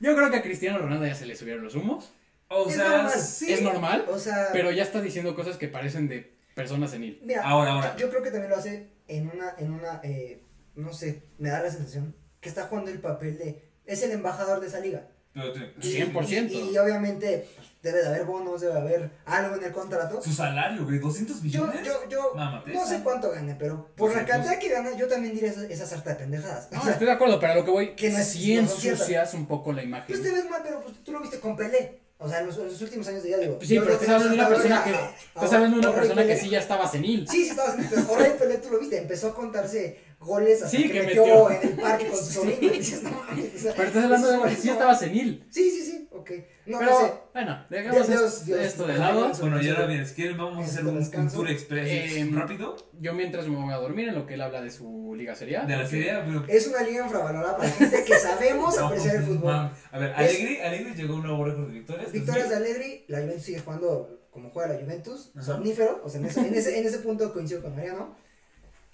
Yo creo que a Cristiano Ronaldo ya se le subieron los humos.
o
Es
sea,
normal.
sí.
Es normal,
o sea,
pero ya está diciendo cosas que parecen de persona senil.
Mira,
Ahora, ahora.
yo creo que también lo hace en una, en una, eh, no sé, me da la sensación que está jugando el papel de, es el embajador de esa liga.
Pero tiene-
Y-
100%.
Y, y obviamente pues, debe de haber bonos, debe de haber algo en el contrato.
Su salario, güey, 200
Yo,
millones.
yo, yo
Mámate
no
esa.
sé cuánto gane, pero por la
Pues,
cantidad que gana, yo también diré esa, esa sarta de pendejadas.
No,
O sea,
estoy de acuerdo, pero a lo que voy,
Que no es-
sí
no es cierto.
ensucias un poco la
pues
imagen.
te ves mal, pero pues, tú lo viste con Pelé. O sea, en los, en los últimos años de ya digo.
Pues sí,
yo
pero
lo
estás
veo
hablando de una persona
ahora-
que,
ahora-
estás hablando de una
ahora
persona que
Pelé-
sí ya estaba senil.
Sí, sí, estabas pero Jorge Pelé, tú lo viste, empezó a contarse goles hasta
Sí,
que,
que
metió,
metió.
en el parque con su sobrino. Y dices, no mames, o sea,
Pero estás hablando de
eso
algo que sí
no-
estaba senil.
Sí, sí, sí, ok. No, no sé.
Pero, bueno, dejemos
Dios,
es-
Dios,
esto de
Dios.
lado.
Bueno, y ahora bien, si quieren, vamos a hacer un, un
Descanso.
tour express
Eh,
rápido
Yo mientras me voy a dormir en lo que él habla de su liga sería.
de la serie. Pero
Es una liga infravalorada para gente que sabemos
No,
apreciar el fútbol.
mam. A ver,
Es-
Alegri, Alegri llegó a un nuevo récord de victorias.
Victorias de Allegri, la Juventus sigue jugando como juega la Juventus,
Ajá.
somnífero, o sea, en ese, en ese, en ese punto coincido con Mariano,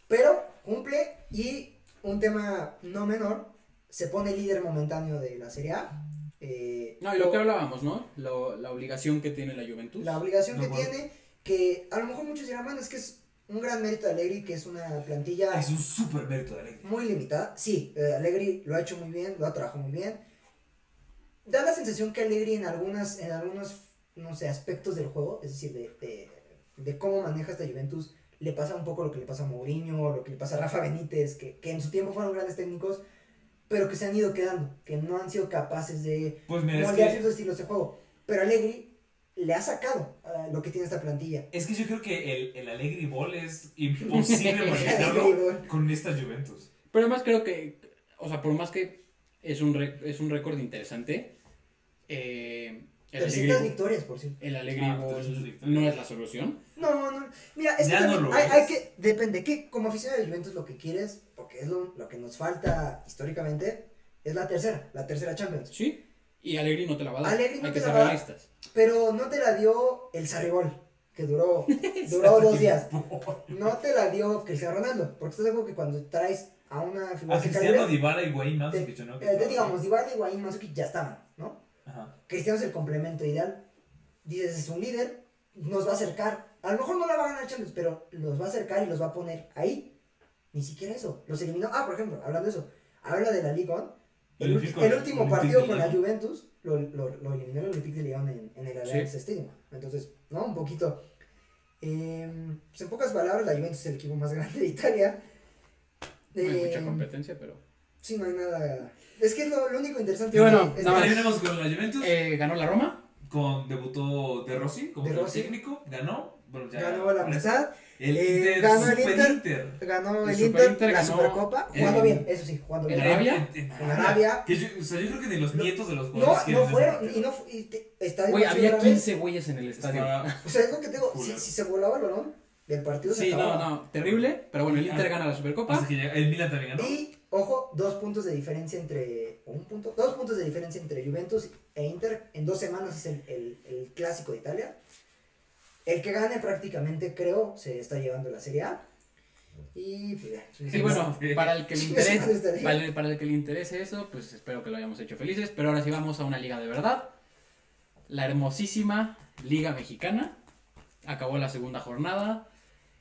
pero cumple y un tema no menor, se pone líder momentáneo de la Serie A. eh,
No, y lo que hablábamos, ¿no? Lo- la obligación que tiene la Juventus.
la obligación
No,
que
bueno.
tiene, que a lo mejor muchos dirán, bueno, es que es un gran mérito de Allegri, que es una plantilla...
Es un súper mérito de Alegri.
muy limitada. Sí, eh, Allegri lo ha hecho muy bien, lo ha trabajado muy bien. Da la sensación que Allegri en algunas, en algunos, no sé, aspectos del juego, es decir, de, de, de cómo maneja esta Juventus, le pasa un poco lo que le pasa a Mourinho, lo que le pasa a Rafa Benítez, que, que en su tiempo fueron grandes técnicos, pero que se han ido quedando, que no han sido capaces de
Pues mira, es
moldear
que,
ciertos estilos de juego. Pero Allegri le ha sacado eh, lo que tiene esta plantilla.
es que yo creo que el, el Alegri Ball es imposible manejarlo
Allegri,
con esta Juventus.
Pero además creo que, o sea, por más que es un, re- es un récord interesante, eh, el
300
Alegri,
victorias, por cierto.
el Alegri
Ah,
Bowl
300 victorias.
no es la solución.
No, no. Mira, es
Ya
que
no
también
lo
hay,
es.
hay que. Depende. Que como aficionado de Juventus lo que quieres, porque es lo, lo que nos falta históricamente, es la tercera, la tercera Champions.
Sí. Y Alegri no te la va a dar.
Allegri no
Hay
te
que
la
ser
va a dar.
realistas.
Pero no te la dio el Sarribol, que duró, duró dos días. No te la dio Cristiano Ronaldo, porque estás de acuerdo que cuando traes a una figura
A
de
Cristiano
calibre,
Dybala y Wayne Manso,
te,
que yo no.
eh, te digamos, Dybala y Guaín Manzuki ya estaban, ¿no?
Ajá.
Cristiano es el complemento ideal. Dices, es un líder, nos va a acercar. A lo mejor no la va a ganar Champions, pero los va a acercar y los va a poner ahí. Ni siquiera eso. Los eliminó. Ah, por ejemplo, hablando de eso, habla de la Liga On. El,
El
ulti-
Olímpico-
el último
Olímpico
partido
de
con la
Lyon.
Juventus lo, lo, lo eliminó el Olympique de Lyon en, en el Allianz Stadium. Entonces, ¿no? Un poquito. eh, pues en pocas palabras, la Juventus es el equipo más grande de Italia.
No hay
Eh,
mucha competencia, pero.
sí, no hay nada. Es que es lo, lo único interesante.
Y bueno,
es- este es-
nada más.
Terminamos con la Juventus.
Eh, ganó la Roma.
con, debutó De Rossi como
De
nuevo
Rossi.
técnico. Ganó. Bueno, ya,
ganó la amistad.
El
Eh,
Inter.
ganó el
super
Inter.
Inter.
Ganó
El
el
Super
Inter,
Inter
la
ganó
Supercopa,
en-
jugando bien, eso sí, jugando
en
bien.
Arabia?
En- en-
En Arabia.
Que yo, o sea, yo creo que de los nietos de los
No,
jugadores que
no
eran de esa
fueron,
época.
y no fu- y te- estadio
Güey,
vacío
había
otra vez.
15 güeyes en el estadio.
Estaba-
O sea, es lo que tengo, si,
Culeros.
si se volaba el balón del partido se
Sí, no,
acababa.
no, terrible. Pero bueno, el Inter
Ah.
gana la
hasta
Supercopa.
que llega- el Milan también ganó.
Y, ojo, dos puntos de diferencia entre, o un punto, dos puntos de diferencia entre Juventus e Inter, en dos semanas es el, el- el clásico de Italia. El que gane prácticamente, creo, se está llevando la Serie A. Y, pues, ya.
Y bueno, para el que le
Chingue su madre esta
interese,
liga.
para el, para el que le interese eso, pues espero que lo hayamos hecho felices. Pero ahora sí vamos a una liga de verdad. La hermosísima Liga Mexicana. Acabó la segunda jornada.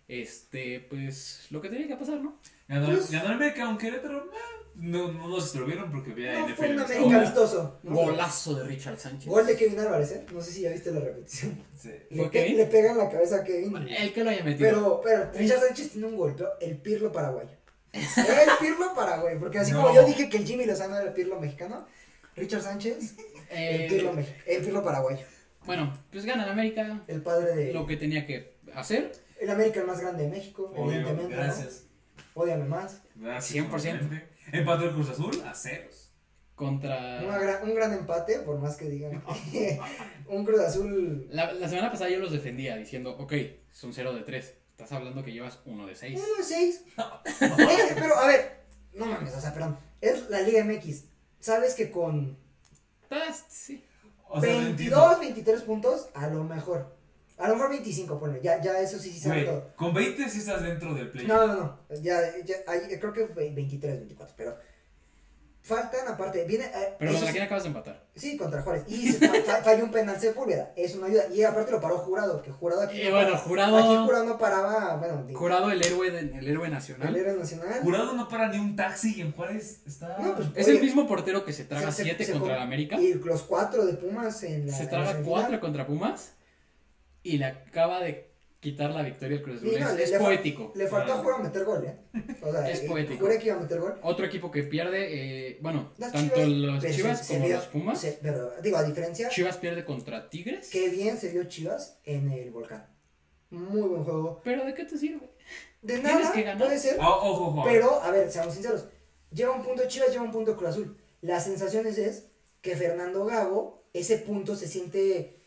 Este, pues lo que tenía que pasar, ¿no?
Ganó,
Pues-
ganó el América un Querétaro. eh, No, no nos estuvieron porque había
no
NFL.
fue un
en esa
América
hora.
vistoso. ¿no?
Golazo de Richard Sánchez.
Gol de Kevin Álvarez, ¿eh? No sé si ya viste la repetición.
Sí.
Le,
¿Fue
pe-
Kevin?
le pegan la cabeza a Kevin.
El que lo haya metido.
Pero, pero Richard Sánchez tiene un golpe, el Pirlo paraguayo. El Pirlo paraguayo, porque así como
No.
yo dije que el Jimmy Lozano era el Pirlo mexicano, Richard Sánchez,
Eh,
el Pirlo, mex- el Pirlo paraguayo,
bueno, pues gana el América.
el padre
Lo
de...
que tenía que hacer.
El América el más grande de México,
Obvio,
evidentemente, ¿no?
gracias.
Ódiame más.
Gracias,
100%.
obviamente. Empató el Cruz Azul a ceros.
Una
Contra.
gra- un gran empate, por más que digan. un Cruz Azul...
La, la semana pasada yo los defendía diciendo, ok, son 0 de 3. Estás hablando que llevas 1 de 6.
1 de 6. eh, Pero, a ver, no mames, o sea, perdón. Es la Liga MX. Sabes que con
Sí.
O sea, no entiendo.
22, 23 puntos, a lo mejor. A lo mejor 25, ponle. Ya, ya eso sí, sí sabe
Güey,
todo.
con 20 sí estás dentro del play.
No, no, no. Ya, ya, ahí, creo que fue 23, 24, pero. faltan, aparte, viene. eh,
Pero
eso
contra
sí-
quién acabas de empatar.
Sí, contra Juárez. Y se- fa- fa- falló un penal Sepúlveda. Eso no ayuda. Y aparte lo paró jurado, que jurado aquí.
Y
no
Eh, bueno,
para-
Jurado-
Aquí jurado no paraba. Bueno, ni-
Jurado el héroe, de- el héroe
el
nacional.
héroe nacional.
Jurado no para ni un taxi y en Juárez está.
No, pues,
Es
oye,
el mismo portero que se traga
se- se-
7
se
contra
com-
el América.
Y los cuatro de Pumas en la.
Se
en
traga
la
4
semifinal.
contra Pumas. Y le acaba de quitar la victoria al Cruz Azul.
Sí, no,
Es-
Pues le-
es
le fa-
poético. Ah.
Le faltó a Jurado meter gol, ¿eh? O sea,
Es
eh,
poético.
Juré que iba a meter gol.
Otro equipo que pierde, eh, bueno,
Las
tanto
Chivas,
los
pero se-
Chivas
se
como
vio-
los Pumas.
se- pero, digo, a diferencia,
Chivas pierde contra Tigres.
qué bien se vio Chivas en el volcán. Muy buen juego.
Pero ¿de qué te sirve?
De
Tienes
nada,
que ganar.
puede ser.
Ah, ojo, ojo.
Pero, a ver, seamos sinceros. Lleva un punto Chivas, lleva un punto Cruz Azul. Las sensaciones es que Fernando Gago, ese punto se siente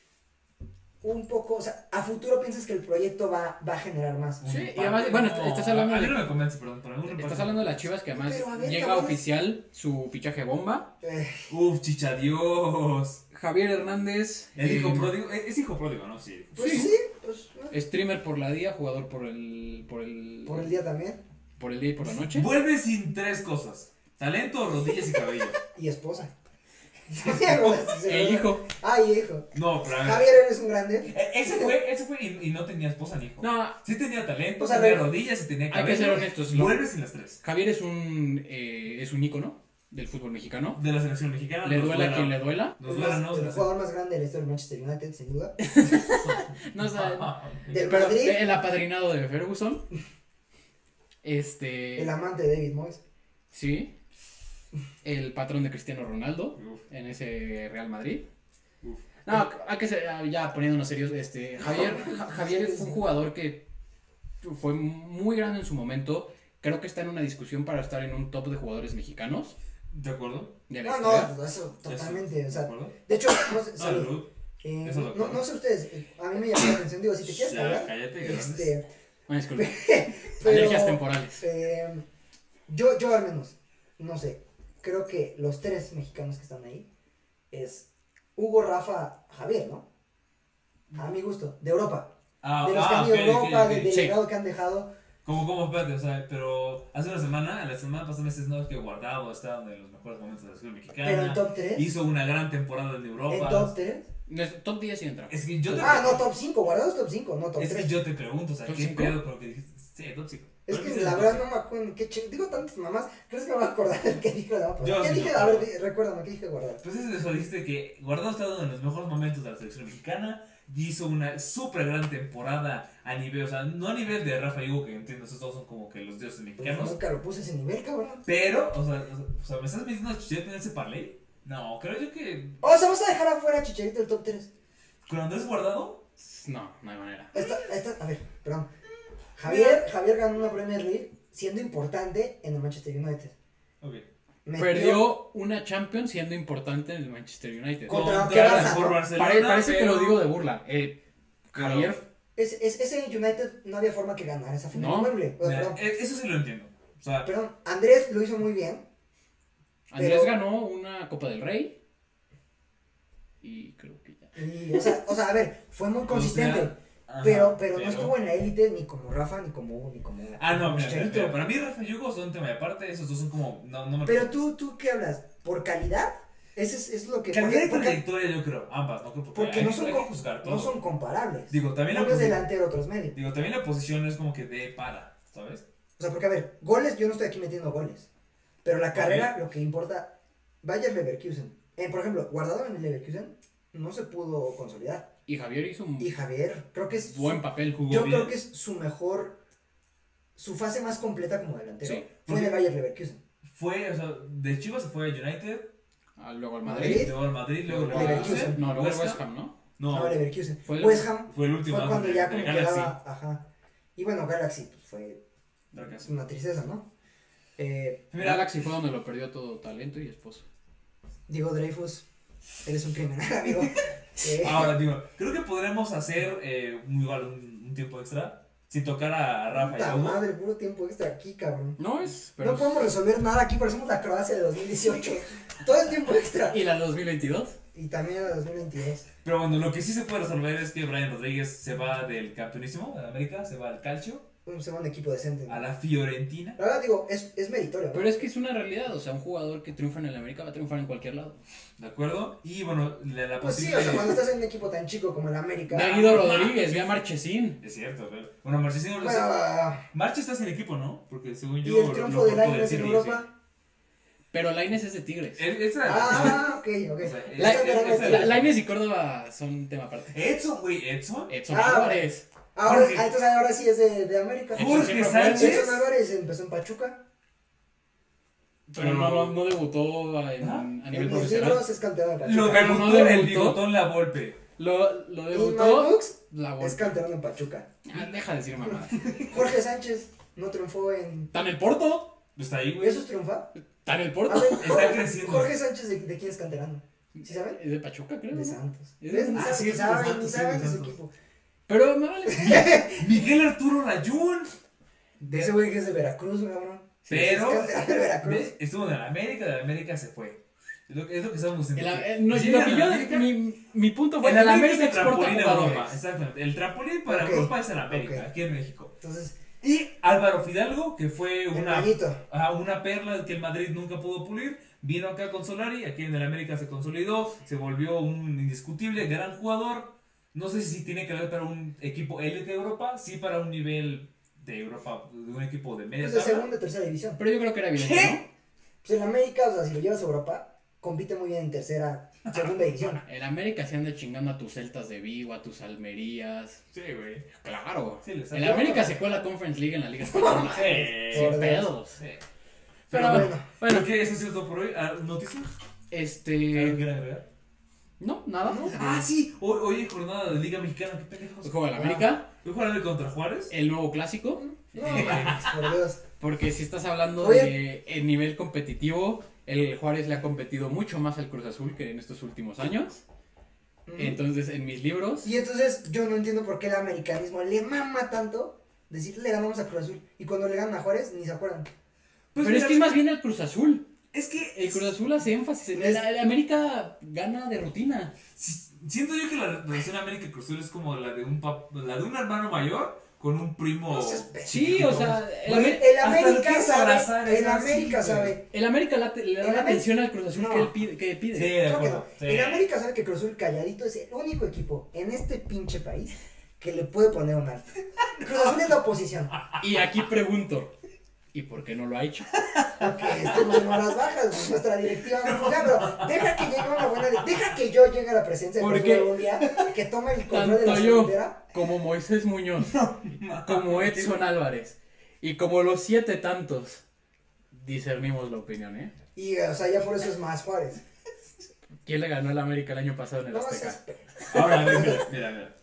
un poco, o sea, a futuro piensas que el proyecto va, va a generar más.
Un
Sí, y
empate,
además, bueno,
no.
estás hablando
A
de-
mí no me convence, perdón, por algún
Estás
empate.
hablando de las Chivas que además
Pues Pero, a ver,
llega
cabrones.
oficial su fichaje bomba.
Eh,
Uf, chicha, Dios.
Javier Hernández,
El
eh,
hijo pródigo. Es, es hijo pródigo, ¿no? Sí.
pues
Sí.
sí, pues, ¿no?
streamer por la día, jugador por el por el
por el día también.
por el día y por la noche.
Vuelve sin tres cosas: talento, rodillas y cabello.
Y esposa. el
El hijo.
Ay, hijo.
No, pero a ver.
Javier, eres un grande.
E- Ese fue, ese fue y, y no tenía esposa ni hijo.
No,
Sí tenía talento,
O sea,
tenía
lo-
rodillas y tenía
hay que
cabello.
ser honestos, lo-
Vuelve sin las tres.
Javier es un eh, es un ícono del fútbol mexicano.
De la selección mexicana.
Le
nos
duela a quien le duela.
Nos
Es
duela,
más,
¿no? De
el
la
jugador más grande de la historia del Manchester United, sin duda.
No o
Ah,
sea,
eh,
Del
pero
Madrid,
el apadrinado de Ferguson. Este
el amante de David Moyes.
sí. El patrón de Cristiano Ronaldo
Uf,
en ese Real Madrid.
uf.
No, hay que ser, ah, ya poniéndonos serios, este, Javier, Ja- Javier fue un jugador que fue muy grande en su momento. Creo que está en una discusión para estar en un top de jugadores mexicanos.
¿De acuerdo?
De la
No,
historia.
no, eso
Ya sé.
totalmente. O
¿De
sea,
acuerdo?
de hecho, no sé, salud.
Salud.
Eh,
Eso lo
no, no sé ustedes, eh, a mí me llamó la atención, digo, si te quieres
Ya,
colgar,
cállate, gracias.
este,
Bueno, disculpe.
pero,
Alergias temporales.
eh, yo, yo al menos, no sé, creo que los tres mexicanos que están ahí es Hugo, Rafa, Javier, ¿no? A mi gusto, de Europa,
Ah,
de los que
ah,
han ido a
ok, ok,
Europa,
ok.
de- del
sí.
legado que han dejado,
Como, como, espérate, o sea, pero hace una semana, a la semana pasada me dices, no, es que Guardado estaba en los mejores momentos de la selección mexicana.
pero en top 3,
hizo una gran temporada en
en
Europa.
top 3,
No, es- Top 10 y entra.
Es que yo te
ah, no, top 5, guardados top 5, no top
Es
3.
que yo te pregunto, o sea,
¿Top
¿qué
cinco?
pedo con lo que dijiste? Sí, top 5.
Es que la verdad no me acuerdo, qué ching... digo tantas mamás, ¿crees que me voy a acordar del que dije? No, pero
Yo
¿Qué
sí me
dije? A
acuerdo.
ver, di- recuérdame, ¿qué dije guardar?
Pues es eso, dijiste que Guardado estaba en los mejores momentos de la selección mexicana y hizo una súper gran temporada a nivel, o sea, no a nivel de Rafa y Hugo, que entiendo, esos dos son como que los dioses
Pues
mexicanos,
nunca lo puse a ese nivel, cabrón.
pero, o sea, o sea, ¿me estás metiendo Chicharito en ese parlay? No, creo yo que
O sea, vas a dejar afuera a Chicharito del top 3.
con Andrés Guardado,
No, no hay manera.
Esta, esta, a ver, perdón. Javier, Javier ganó una Premier League siendo importante en el Manchester United.
ok,
Metió-
Perdió una Champions siendo importante en el Manchester United.
Con-
contra,
¿qué
el
Barça,
mejor
no?
Barcelona,
Pare- parece que
pero-
lo digo de burla. Eh,
pero-
Javier,
Ese, ese, ese United no había forma que ganara esa final
No.
de Wembley. O sea,
Mira,
perdón,
eh, eso sí lo entiendo, o sea,
perdón, Andrés lo hizo muy bien.
Andrés
pero-
ganó una Copa del Rey. Y creo que ya.
Y, o, sea, o sea, a ver, fue muy
o sea,
consistente.
ajá,
pero, pero no estuvo en la élite ni como Rafa, ni como, ni como
Ah, no, mira, mira,
Chicharito.
mira, para mí Rafa y Hugo son un tema de aparte, esos dos son como, no, no me
Pero tú, tú qué hablas? ¿Por calidad? Eso es, es lo que.
Calidad y
porque-
trayectoria, yo creo, ambas, ¿no? creo Porque,
Porque
hay-
no son
hay que
co-
juzgar
porque no
todo.
son comparables.
Digo, también la
Uno es
posición.
delantero, otro es medio.
Digo, también la posición es como que de para, ¿sabes?
O sea, porque a ver, goles, yo no estoy aquí metiendo goles. Pero la carrera, lo que importa, Bayer Leverkusen. Eh, por ejemplo, guardado en el Leverkusen, no se pudo consolidar.
Y Javier hizo un
Y Javier, creo que es. su-
buen papel. Jugó
yo
bien.
creo que es su mejor. Su fase más completa como delantero.
Sí.
Fue en el Bayer Leverkusen.
Fue, o sea, de Chivas se fue a United,
Ah, luego al
Madrid.
Madrid.
luego al Madrid, luego
Luego
al
al
Leverkusen.
Leverkusen.
No, luego al
West
West
Ham.
Ham, Pues ¿no?
No,
No,
Leverkusen.
Fue el-
West Ham
fue el último.
fue
¿no?
cuando
del-
ya
del
como
Galaxy.
quedaba. Ajá. Y bueno, Galaxy, pues fue
Del Galaxy.
una tristeza, ¿no? Eh,
Mira,
Galaxy fue donde lo perdió todo talento y esposo.
Diego Dreyfus, eres un criminal, amigo. Eh,
Ah,
ahora digo, creo que podremos hacer eh, un- igual un, un tiempo extra sin tocar a Rafa y
puta
a Hugo.
madre, puro tiempo extra aquí, cabrón.
No es, pero.
No podemos resolver nada aquí, parecemos la Croacia de 2018. Todo el tiempo extra.
¿Y la 2022?
Y también la 2022.
Pero bueno, lo que sí se puede resolver es que Brian Rodríguez se va del campeonísimo de América, se va al calcio.
un segundo equipo decente.
A
La
la Fiorentina.
verdad, digo, es, es meritorio. ¿no?
Pero es que es una realidad, o sea, un jugador que triunfa en el América va a triunfar en cualquier lado.
¿De acuerdo? Y bueno, la, la
Pues sí,
posible.
o sea, cuando estás en un equipo tan chico como el América.
Ve a Guido Rodríguez, ve a Marchesín.
Es cierto, pero. Bueno, Marchesín
bueno, ah,
Marcha está sin equipo, ¿no? Porque según
y
pues, yo.
el triunfo del
cortó
Ajax en
City,
Europa.
Pero Laines es de Tigres.
sí. Es- esa-
Ah, ok, ok.
O sea, es-
Están
es-
ganando
es-
el-
la- la-
Laines y Córdoba son tema aparte. Eh,
Edson, güey, Edson.
Edson
Ah,
Álvarez.
Ahora,
Jorge.
ah, entonces ahora sí es de, de América.
Edson
Jorge
siempre fue-
Sánchez.
Edson Álvarez empezó en Pachuca.
Pero no, no, no debutó Ah, en-
Ajá.
a nivel
En mis
profesional.
libros es canterano de Pachuca.
Lo
Pero
debutó
no
el
debutó.
bigotón la golpe.
Lo, lo
Y
debutó.
Magnux
La
es
Volpe.
canterano en Pachuca.
Ah, deja de decir mamá.
Jorge Sánchez no triunfó en.
¿Tan el Porto?
Está ahí, güey.
¿Eso es triunfar?
¿Tan el
A
Porto?
ver,
Está
Jorge-
creciendo.
Jorge Sánchez, ¿de, de quién es canterano? ¿Sí saben?
Es de Pachuca, creo.
De
¿no?
Santos.
Es-
¿Ves? Ni
ah,
saben,
sí,
ni
es de
saben, ni
Santos, sí, de
saben de su
Santos.
equipo.
Pero me vale.
Miguel Arturo Rayón.
De ese güey que es de Veracruz, güey, cabrón.
Pero.
Es canterano de Veracruz.
¿ves? Estuvo en la América, de la América se fue. Es lo que, es lo que estamos
El-
diciendo.
el- eh, no,
Sí,
lo
en
que
la
yo-
América-
mi, mi punto fue
En
que la
América es
América
el
exporta
trampolín de Europa.
jugadores.
Exactamente. El trampolín para
Ok.
Europa es en América,
Ok.
aquí en México.
Entonces,
Y Álvaro Fidalgo, que fue
el
una,
maguito.
ajá, una perla que el Madrid nunca pudo pulir, vino acá con Solari, aquí en el América se consolidó, se volvió un indiscutible, gran jugador. No sé si tiene que ver para un equipo élite de Europa, sí para un nivel de Europa, de un equipo de media
Entonces,
tabla.
pues segunda, tercera división.
Pero yo creo que era evidente,
Pues el América, o sea, si lo llevas a Europa, compite muy bien en tercera, segunda división.
¿no? El América se anda chingando a tus Celtas de Vigo, a tus Almerías.
Sí, güey.
Claro.
Sí, les
el
salió.
América se cuela a Conference League en la Liga Española.
Sí.
Sin
Por Dios.
pedos.
Sí.
Pero bueno,
bueno.
bueno,
Creo que eso ha sido todo por hoy. Ah, ¿Noticias? ¿Algo
este.
que agregar?
No, nada. Pues
Ah, sí. Hoy, hoy es jornada de Liga Mexicana. ¿Qué pendejos?
El juego de la América, Eh,
Yo jugaré contra Juárez.
el nuevo clásico.
No,
Eh,
mames, por Dios.
Porque si estás hablando
Oye.
de el nivel competitivo, el Juárez le ha competido mucho más al Cruz Azul que en estos últimos años.
Mm.
Entonces, en mis libros,
Y entonces yo no entiendo por qué el americanismo le mama tanto decir le ganamos a Cruz Azul. Y cuando le ganan a Juárez ni se acuerdan.
Pues
pero es
mira,
que es más bien el Cruz Azul.
Es que
El Cruz Azul hace énfasis en
Es-
el, el América gana de rutina.
Si- Siento yo que la relación América Cruz Azul es como la de un pap- la de un hermano mayor con un primo.
No seas pe-
Sí, o sea, el,
Güey,
Amer-
el
hasta lo
América
quieres abrazar,
sabe.
es
El
así,
América
güey.
sabe.
el América la- le da
El
la
Ameri-
atención al Cruz Azul
No.
que él pide. Que pide.
sí, de
Claro que
acuerdo.
no.
Sí.
El América sabe que Cruz Azul calladito es el único equipo en este pinche país que le puede poner un alto. Cruz Azul es la oposición.
Y aquí pregunto, ¿y por qué no lo ha hecho?
Porque este estamos en horas bajas, nuestra directiva no funciona, pero deja que llegue una buena. di- Deja que yo llegue a la presencia de
¿Por
Cruz
qué?
Azul algún día, que tome el control de la
Tanto yo
frontera.
como Moisés Muñoz, como Edson Álvarez y como los siete tantos, discernimos la opinión, ¿eh?
Y, o sea, ya por eso es más Juárez.
¿Quién le ganó al América el año pasado en el
No
Azteca?
seas
Ahora, mira, mira, mira, mira.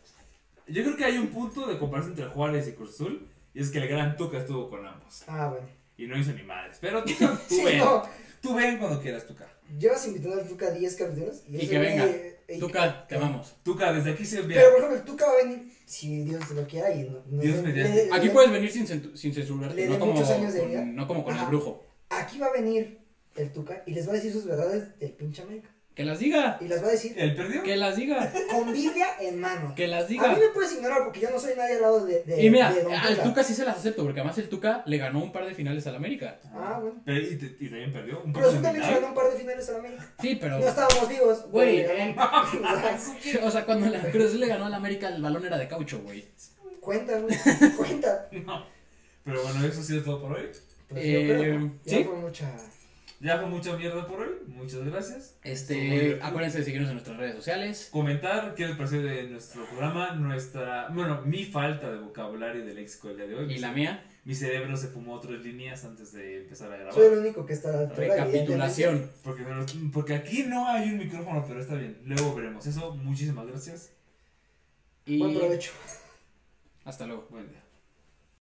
Yo creo que hay un punto de comparación entre Juárez y Cruz Azul y es que el gran Tuca estuvo con ambos
Ah, bueno.
y no hizo ni madres. Pero tú, tú
Sí,
ven,
no.
tú ven cuando quieras Tuca.
Llevas invitando al Tuca 10 capítulos.
Y
ese
que
güey,
venga.
eh, y-
Tuca, te amamos.
Tuca desde aquí se ve.
Pero, por ejemplo, el Tuca va a venir, si Dios lo quiera, y no, no-
Dios mediante.
le- le-
Aquí puedes venir sin, centu- sin
Le
censurarte,
di
no como,
muchos años de vida.
con, no como con el
Ajá.
brujo.
aquí va a venir el Tuca y les va a decir sus verdades del pinche América.
Que las diga,
Y las va a decir
¿El perdió?
que las diga,
con Biblia en mano.
que las
A
diga.
mí me puedes ignorar porque yo no soy nadie al lado de, de
Y mira,
de Don
al Tuca sí se las acepto, porque además el Tuca le ganó un par de finales al América.
Ah, bueno.
Pero- y, te- y también perdió. Un
Cruz
poco
Azul
de
también se
milagro.
ganó un par de finales al América.
Sí, pero.
No estábamos vivos.
Güey, eh.
pero le ganó. O sea,
O sea, cuando la Cruz Azul le ganó al América, el balón era de caucho, güey.
Cuenta, güey. Cuenta.
No. Pero bueno, eso ha sido todo por hoy.
Pues yo
Eh,
creo, ¿no? Ya
¿sí?
fue mucha.
Ya fue mucha mierda por hoy. Muchas gracias.
Este, acuérdense de seguirnos en nuestras redes sociales.
comentar qué les pareció de nuestro programa, nuestra, bueno, mi falta de vocabulario del léxico del día de hoy.
Y la mía,
Mi cerebro se fumó tres líneas antes de empezar a grabar.
Soy el único que está a la altura,
recapitulación.
Porque, no los- porque aquí no hay un micrófono, pero está bien. Luego veremos eso. Muchísimas gracias.
evidentemente. Buen
Y
provecho.
hasta luego.
Buen día.